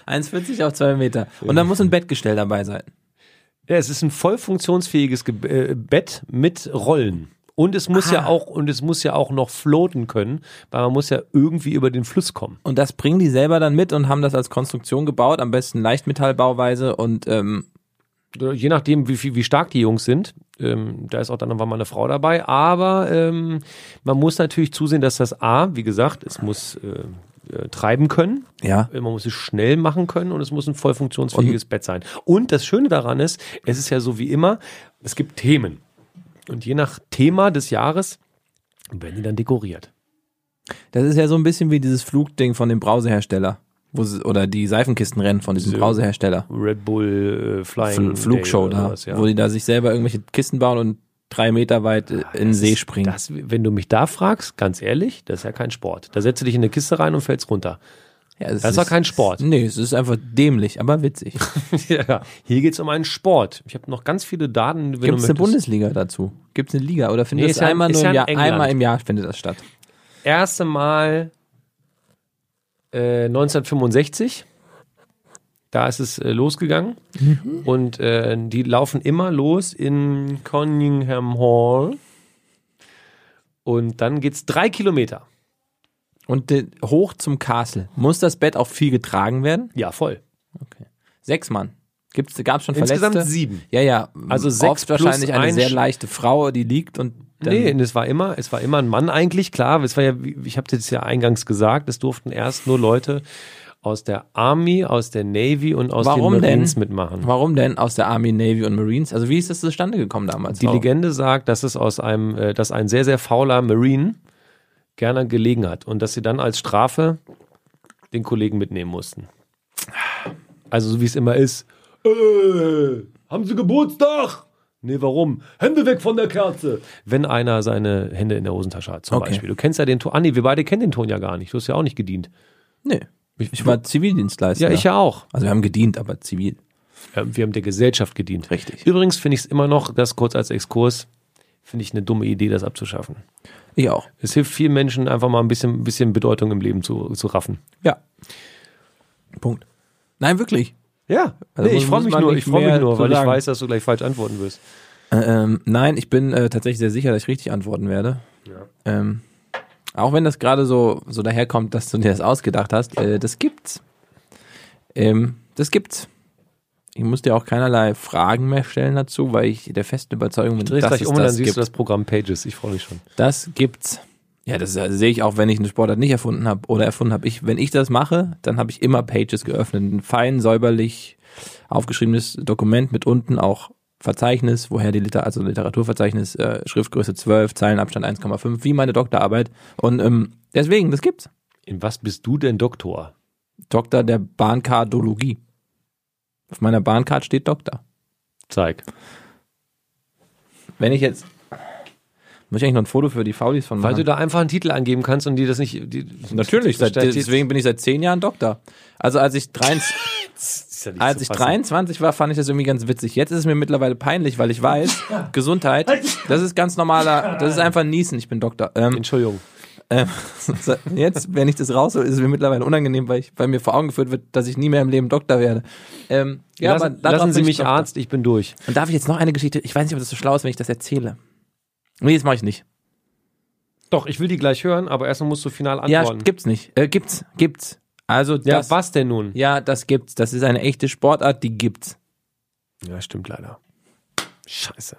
Speaker 2: 1,40 auf 2 Meter. Und dann muss ein Bettgestell dabei sein.
Speaker 1: Ja, es ist ein voll funktionsfähiges Ge äh, Bett mit Rollen. Und es muss
Speaker 2: Ah.
Speaker 1: ja auch und es muss ja auch noch floaten können, weil man muss ja irgendwie über den Fluss kommen.
Speaker 2: Und das bringen die selber dann mit und haben das als Konstruktion gebaut, am besten Leichtmetallbauweise und ähm,
Speaker 1: Äh, Je nachdem, wie, viel- wie stark die Jungs sind, ähm, da ist auch dann irgendwann mal eine Frau dabei. Aber ähm, man muss natürlich zusehen, dass das A, wie gesagt, es muss äh, äh, treiben können. Äh,
Speaker 2: ja.
Speaker 1: Man muss es schnell machen können und es muss ein voll funktionsfähiges Bett sein. Und das Schöne daran ist, es ist ja so wie immer, es gibt Themen. Und je nach Thema des Jahres werden die dann dekoriert.
Speaker 2: Das ist ja so ein bisschen wie dieses Flugding von dem Brausehersteller. Wo sie, oder die Seifenkistenrennen von diesem Brausehersteller.
Speaker 1: Red Bull äh, Flying
Speaker 2: Fl Flugshow
Speaker 1: Day oder
Speaker 2: da,
Speaker 1: was, ja.
Speaker 2: wo die da sich selber irgendwelche Kisten bauen und drei Meter weit äh, in den See springen.
Speaker 1: Ah, Das, wenn du mich da fragst, ganz ehrlich, das ist ja kein Sport. Da setzt du dich in eine Kiste rein und fällst runter.
Speaker 2: ja,
Speaker 1: das ist doch kein Sport.
Speaker 2: Nee, es ist einfach dämlich,
Speaker 1: [laughs]
Speaker 2: aber witzig.
Speaker 1: ja, hier geht es um einen Sport. Ich habe noch ganz viele Daten. wenn
Speaker 2: Gibt es
Speaker 1: du
Speaker 2: eine
Speaker 1: möchtest.
Speaker 2: Bundesliga dazu? Gibt es eine Liga oder findet
Speaker 1: Nee,
Speaker 2: das
Speaker 1: ist ja-
Speaker 2: einmal
Speaker 1: ist ja
Speaker 2: nur im
Speaker 1: in
Speaker 2: Jahr?
Speaker 1: England.
Speaker 2: Einmal im Jahr findet das statt.
Speaker 1: erste Mal äh, 1965. Da ist es äh, losgegangen.
Speaker 2: Mhm.
Speaker 1: Und äh, die laufen immer los in Cunningham Hall. Und dann geht's drei Kilometer.
Speaker 2: Und äh, hoch zum Castle. Muss das Bett auch viel getragen werden?
Speaker 1: Ja, voll.
Speaker 2: Sechs Mann. Gibt's, gab's schon Verletzte?
Speaker 1: Insgesamt sieben.
Speaker 2: Ja, ja.
Speaker 1: Also
Speaker 2: Oft
Speaker 1: sechs plus
Speaker 2: wahrscheinlich eine
Speaker 1: ein
Speaker 2: sehr
Speaker 1: Sch-
Speaker 2: leichte Frau, die liegt und dann
Speaker 1: Nee, und es war immer, es war immer ein Mann eigentlich, klar. Es war ja, wie- ich habe das ja eingangs gesagt, es durften erst nur Leute aus der Army, aus der Navy und aus
Speaker 2: Warum
Speaker 1: den
Speaker 2: denn?
Speaker 1: Marines mitmachen.
Speaker 2: Warum denn aus der Army, Navy und Marines? Also wie ist das zustande gekommen damals?
Speaker 1: Die
Speaker 2: Warum?
Speaker 1: Legende sagt, dass es aus einem, äh, dass ein sehr, sehr fauler Marine gerne gelegen hat und dass sie dann als Strafe den Kollegen mitnehmen mussten. Also so wie es immer ist. Äh, haben Sie Geburtstag? Nee, warum? Hände weg von der Kerze. Wenn einer seine Hände in der Hosentasche hat, zum
Speaker 2: Okay.
Speaker 1: Beispiel. Du kennst ja den Ton. Ah, nee, wir beide kennen den Ton ja gar nicht. Du hast ja auch nicht gedient.
Speaker 2: Nee. Ich, war Zivildienstleister.
Speaker 1: Ja, ich ja auch.
Speaker 2: Also wir haben gedient, aber zivil.
Speaker 1: Ja, Wir haben der Gesellschaft gedient.
Speaker 2: Richtig.
Speaker 1: Übrigens finde ich es immer noch, das kurz als Exkurs, finde ich eine dumme Idee, das abzuschaffen.
Speaker 2: Ich auch.
Speaker 1: Es hilft vielen Menschen, einfach mal ein bisschen, bisschen Bedeutung im Leben zu, zu raffen.
Speaker 2: Ja. Punkt. Nein, wirklich.
Speaker 1: Ja,
Speaker 2: Also
Speaker 1: nee, ich
Speaker 2: muss-
Speaker 1: freue
Speaker 2: muss
Speaker 1: mich
Speaker 2: man
Speaker 1: nur, ich
Speaker 2: nicht
Speaker 1: freue
Speaker 2: mehr
Speaker 1: mich nur,
Speaker 2: zu
Speaker 1: weil ich
Speaker 2: sagen.
Speaker 1: weiß, dass du gleich falsch antworten wirst.
Speaker 2: Ähm, nein, ich bin äh, tatsächlich sehr sicher, dass ich richtig antworten werde. Ähm, auch wenn das gerade so, so daherkommt, dass du dir das ausgedacht hast, äh, das gibt's. Ähm, das gibt's. Ich muss dir auch keinerlei Fragen mehr stellen dazu, weil ich der festen Überzeugung bin,
Speaker 1: Drehst
Speaker 2: dass
Speaker 1: gleich
Speaker 2: es
Speaker 1: um und dann
Speaker 2: das
Speaker 1: siehst
Speaker 2: gibt.
Speaker 1: du das Programm Pages. Ich freue mich schon.
Speaker 2: Das gibt's. Ja, das äh, sehe ich auch, wenn ich eine Sportart nicht erfunden habe oder erfunden habe. Ich, wenn ich das mache, dann habe ich immer Pages geöffnet. Ein fein, säuberlich aufgeschriebenes Dokument mit unten auch Verzeichnis, woher die Liter also Literaturverzeichnis, äh, Schriftgröße 12, Zeilenabstand 1,5, wie meine Doktorarbeit. Und ähm, deswegen, das gibt's.
Speaker 1: In was bist du denn Doktor?
Speaker 2: Doktor der Bahnkardologie. Auf meiner Bahncard steht Doktor.
Speaker 1: Zeig.
Speaker 2: Wenn ich jetzt. Muss ich eigentlich noch ein Foto für die Faulis von
Speaker 1: Weil
Speaker 2: machen?
Speaker 1: du da einfach einen Titel angeben kannst und die das nicht. Die,
Speaker 2: Natürlich, seit,
Speaker 1: das steht-
Speaker 2: deswegen bin ich seit zehn Jahren Doktor. Also als ich, 23,
Speaker 1: [laughs] Das ist ja nicht
Speaker 2: als
Speaker 1: zu
Speaker 2: ich
Speaker 1: fassen.
Speaker 2: 23 war, fand ich das irgendwie ganz witzig. Jetzt ist es mir mittlerweile peinlich, weil
Speaker 1: [laughs]
Speaker 2: ich weiß, Gesundheit, das ist ganz normaler, das ist einfach Niesen, ich bin Doktor. Ähm,
Speaker 1: Entschuldigung.
Speaker 2: ähm,
Speaker 1: Genau.
Speaker 2: [laughs] jetzt, wenn ich das raushole, ist es mir mittlerweile unangenehm, weil, ich, weil mir vor Augen geführt wird, dass ich nie mehr im Leben Doktor werde. Ähm, ja, aber
Speaker 1: lassen,
Speaker 2: darauf
Speaker 1: lassen Sie
Speaker 2: bin ich
Speaker 1: mich
Speaker 2: Doktor.
Speaker 1: Arzt, ich bin durch.
Speaker 2: Und darf ich jetzt noch eine Geschichte, ich weiß nicht, ob das so schlau ist, wenn ich das erzähle. Nee, das mache ich nicht.
Speaker 1: Doch, ich will die gleich hören, aber erstmal musst du final
Speaker 2: Ja,
Speaker 1: antworten.
Speaker 2: gibt's nicht. Äh, gibt's, gibt's. Also
Speaker 1: Ja,
Speaker 2: das,
Speaker 1: was denn nun?
Speaker 2: ja, das gibt's. Das ist eine echte Sportart, die gibt's.
Speaker 1: Ja, stimmt leider. Scheiße.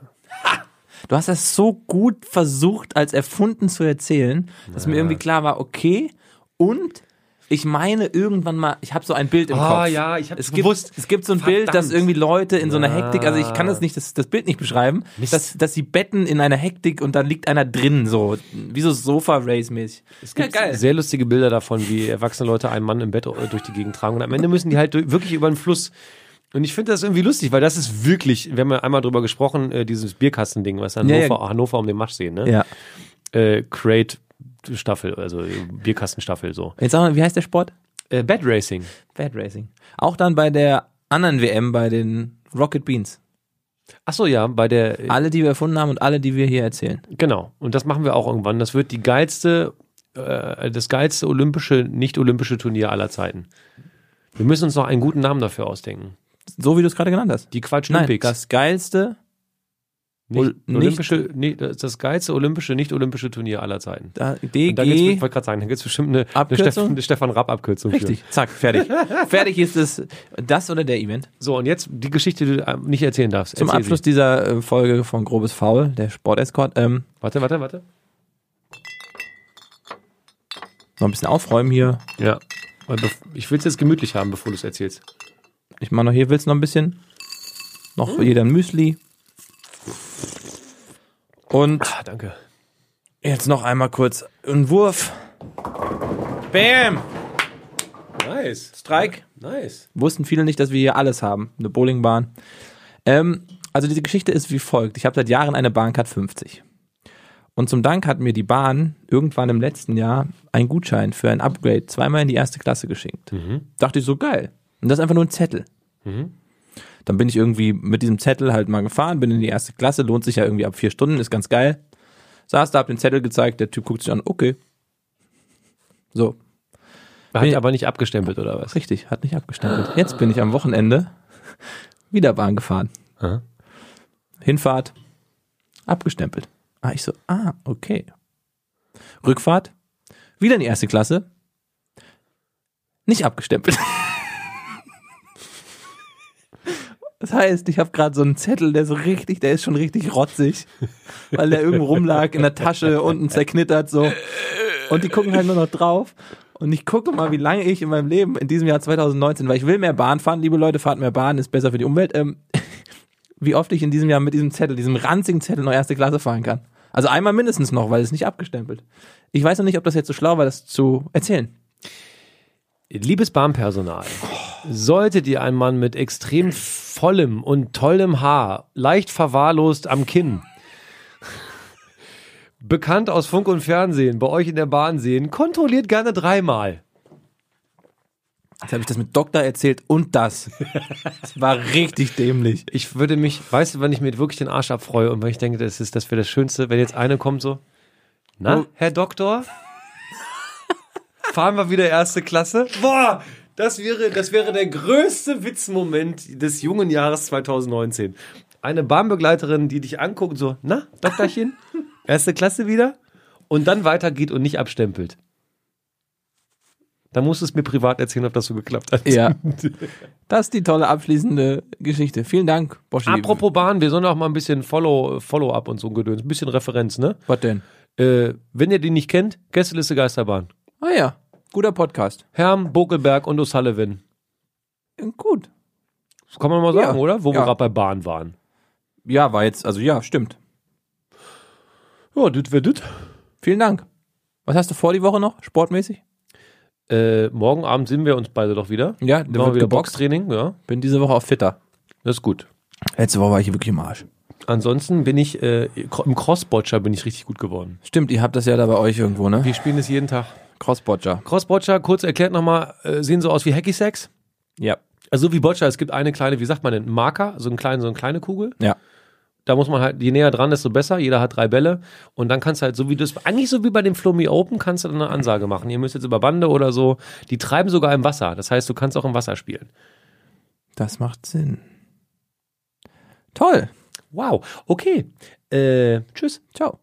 Speaker 2: Du hast das so gut versucht, als erfunden zu erzählen, dass mir irgendwie klar war, okay, und ich meine irgendwann mal, ich habe so ein Bild im
Speaker 1: Ah,
Speaker 2: Kopf.
Speaker 1: ja, ich hab's
Speaker 2: es gibt,
Speaker 1: gewusst.
Speaker 2: Es gibt so ein Bild, dass
Speaker 1: Verdammt.
Speaker 2: irgendwie Leute in so einer
Speaker 1: Ja.
Speaker 2: Hektik, also ich kann das nicht, das, das Bild nicht beschreiben,
Speaker 1: Mist.
Speaker 2: dass, dass sie betten in einer Hektik und dann liegt einer drin, so, wie so Sofa-Race-mäßig.
Speaker 1: Es gibt sehr lustige Bilder davon, wie erwachsene Leute einen Mann im Bett äh, durch die Gegend tragen. Und am Ende müssen die halt durch- wirklich über den Fluss. Und ich finde das irgendwie lustig, weil das ist wirklich, wir haben ja einmal drüber gesprochen, äh, dieses Bierkastending, was Hannover,
Speaker 2: Ja, ja.
Speaker 1: Hannover um den Matsch sehen, ne?
Speaker 2: Ja.
Speaker 1: Äh, Crate Staffel, also äh, Bierkastenstaffel so.
Speaker 2: Jetzt sag mal, wie heißt der Sport?
Speaker 1: Äh, Bad Racing.
Speaker 2: Bad Racing. Auch dann bei der anderen WM, bei den Rocket Beans.
Speaker 1: Achso, ja, bei der, äh,
Speaker 2: Alle, die wir erfunden haben und alle, die wir hier erzählen.
Speaker 1: genau. Und das machen wir auch irgendwann. Das wird die geilste, äh, das geilste olympische, nicht-olympische Turnier aller Zeiten. Wir müssen uns noch einen guten Namen dafür ausdenken.
Speaker 2: So wie du es gerade genannt hast.
Speaker 1: Die
Speaker 2: Nein,
Speaker 1: Quatsch-Olympics.
Speaker 2: das geilste Ol-
Speaker 1: Nicht,
Speaker 2: nicht-
Speaker 1: olympische, nee, das ist das geilste olympische, nicht olympische Turnier aller Zeiten.
Speaker 2: da,
Speaker 1: Und da gibt's, ich
Speaker 2: DG.
Speaker 1: wollte gerade sagen, da gibt's bestimmt eine, eine,
Speaker 2: Abkürzung?
Speaker 1: Stefan, eine Stefan Raab-Abkürzung. für.
Speaker 2: Richtig, zack, fertig.
Speaker 1: [laughs]
Speaker 2: fertig ist es das oder der Event.
Speaker 1: So, und jetzt die Geschichte, die du ähm, nicht erzählen darfst.
Speaker 2: Zum
Speaker 1: Erzähl
Speaker 2: Abschluss
Speaker 1: sie.
Speaker 2: dieser äh, Folge von Grobes Foul, der Sportescort, ähm,
Speaker 1: Warte, warte, warte.
Speaker 2: noch ein bisschen aufräumen hier.
Speaker 1: Ja. Weil bef- Ich will's jetzt gemütlich haben, bevor du es erzählst.
Speaker 2: Ich mache noch hier, willst du noch ein bisschen? Noch
Speaker 1: Hm?
Speaker 2: jeder ein Müsli. Und
Speaker 1: Ah, danke.
Speaker 2: jetzt noch einmal kurz ein Wurf. Bam!
Speaker 1: Nice.
Speaker 2: Strike.
Speaker 1: Nice.
Speaker 2: Wussten viele nicht, dass wir hier alles haben. Eine Bowlingbahn. Ähm, also diese Geschichte ist wie folgt. Ich habe seit Jahren eine Bahncard 50. Und zum Dank hat mir die Bahn irgendwann im letzten Jahr einen Gutschein für ein Upgrade zweimal in die erste Klasse geschenkt. Dachte ich so geil. Und das ist einfach nur ein Zettel. Dann bin ich irgendwie mit diesem Zettel halt mal gefahren, bin in die erste Klasse, lohnt sich ja irgendwie ab vier Stunden, ist ganz geil. Saß da, hab den Zettel gezeigt, der Typ guckt sich an, okay. So,
Speaker 1: Hat aber nicht abgestempelt, oder was?
Speaker 2: Richtig, hat nicht abgestempelt. Jetzt bin ich am Wochenende wieder Bahn gefahren.
Speaker 1: Aha.
Speaker 2: Hinfahrt, abgestempelt. Ah, ich so, ah, okay. Rückfahrt, wieder in die erste Klasse, nicht abgestempelt. [laughs] Das heißt, ich habe gerade so einen Zettel, der so richtig, der ist schon richtig rotzig, weil der irgendwo rumlag in der Tasche, unten zerknittert so. Und die gucken halt nur noch drauf. Und ich gucke mal, wie lange ich in meinem Leben, in diesem Jahr 2019, weil ich will mehr Bahn fahren, liebe Leute, fahrt mehr Bahn, ist besser für die Umwelt, ähm, [laughs] wie oft ich in diesem Jahr mit diesem Zettel, diesem ranzigen Zettel noch erste Klasse fahren kann. Also einmal mindestens noch, weil es nicht abgestempelt. Ich weiß noch nicht, ob das jetzt so schlau war, das zu erzählen.
Speaker 1: Liebes Bahnpersonal, solltet ihr einen Mann mit extrem vollem und tollem Haar, leicht verwahrlost am Kinn, bekannt aus Funk und Fernsehen, bei euch in der Bahn sehen, kontrolliert gerne dreimal.
Speaker 2: Jetzt habe ich das mit Doktor erzählt und das. Das war richtig dämlich.
Speaker 1: Ich würde mich, weißt du, wenn ich mir wirklich den Arsch abfreue und wenn ich denke, das ist das wäre das Schönste, wenn jetzt eine kommt so, na,
Speaker 2: Oh.
Speaker 1: Herr Doktor, fahren wir wieder erste Klasse? Boah, Das wäre, das wäre der größte Witzmoment des jungen Jahres 2019. Eine Bahnbegleiterin, die dich anguckt und so, na, Doktorchen, erste Klasse wieder? Und dann weitergeht und nicht abstempelt. Dann musst du es mir privat erzählen, ob das so geklappt hat.
Speaker 2: Ja. Das ist die tolle abschließende Geschichte. Vielen Dank, Boschi.
Speaker 1: Apropos Bahn, wir sollen auch mal ein bisschen Follow- Follow-up und so ein Gedöns, ein bisschen Referenz, ne?
Speaker 2: Was denn?
Speaker 1: Äh, wenn ihr die nicht kennt, Gästeliste Geisterbahn.
Speaker 2: Ah ja, guter Podcast.
Speaker 1: Herm, Bokelberg und O'Sullivan.
Speaker 2: Gut.
Speaker 1: Das kann man mal sagen,
Speaker 2: Ja.
Speaker 1: oder? Wo wir
Speaker 2: Ja.
Speaker 1: gerade bei Bahn waren.
Speaker 2: Ja, war jetzt, also ja, stimmt.
Speaker 1: Ja, das wäre das.
Speaker 2: Vielen Dank. Was hast du vor die Woche noch, sportmäßig?
Speaker 1: Äh, morgen Abend sehen wir uns beide doch wieder.
Speaker 2: Ja,
Speaker 1: Dann machen wir wieder Boxtraining, ja.
Speaker 2: Bin diese Woche auf fitter.
Speaker 1: Das ist gut.
Speaker 2: Letzte Woche war ich wirklich im Arsch.
Speaker 1: Ansonsten bin ich, äh, im Crossbotcher bin ich richtig gut geworden.
Speaker 2: Stimmt, ihr habt das ja da bei euch irgendwo, ne?
Speaker 1: Wir spielen es jeden Tag.
Speaker 2: Crossbotcher.
Speaker 1: Crossbotcher, kurz erklärt nochmal, äh, sehen so aus wie Hacky Sacks.
Speaker 2: Ja.
Speaker 1: Also so wie Boccia, es gibt eine kleine, wie sagt man denn, Marker, so eine kleine, so eine kleine Kugel.
Speaker 2: Ja.
Speaker 1: Da muss man halt, je näher dran, desto besser. Jeder hat drei Bälle. Und dann kannst du halt, so wie du es, eigentlich so wie bei dem Flomi Open, kannst du dann eine Ansage machen. Ihr müsst jetzt über Bande oder so. Die treiben sogar im Wasser. Das heißt, du kannst auch im Wasser spielen.
Speaker 2: Das macht Sinn. Toll.
Speaker 1: Wow. Okay. Äh, tschüss.
Speaker 2: Ciao.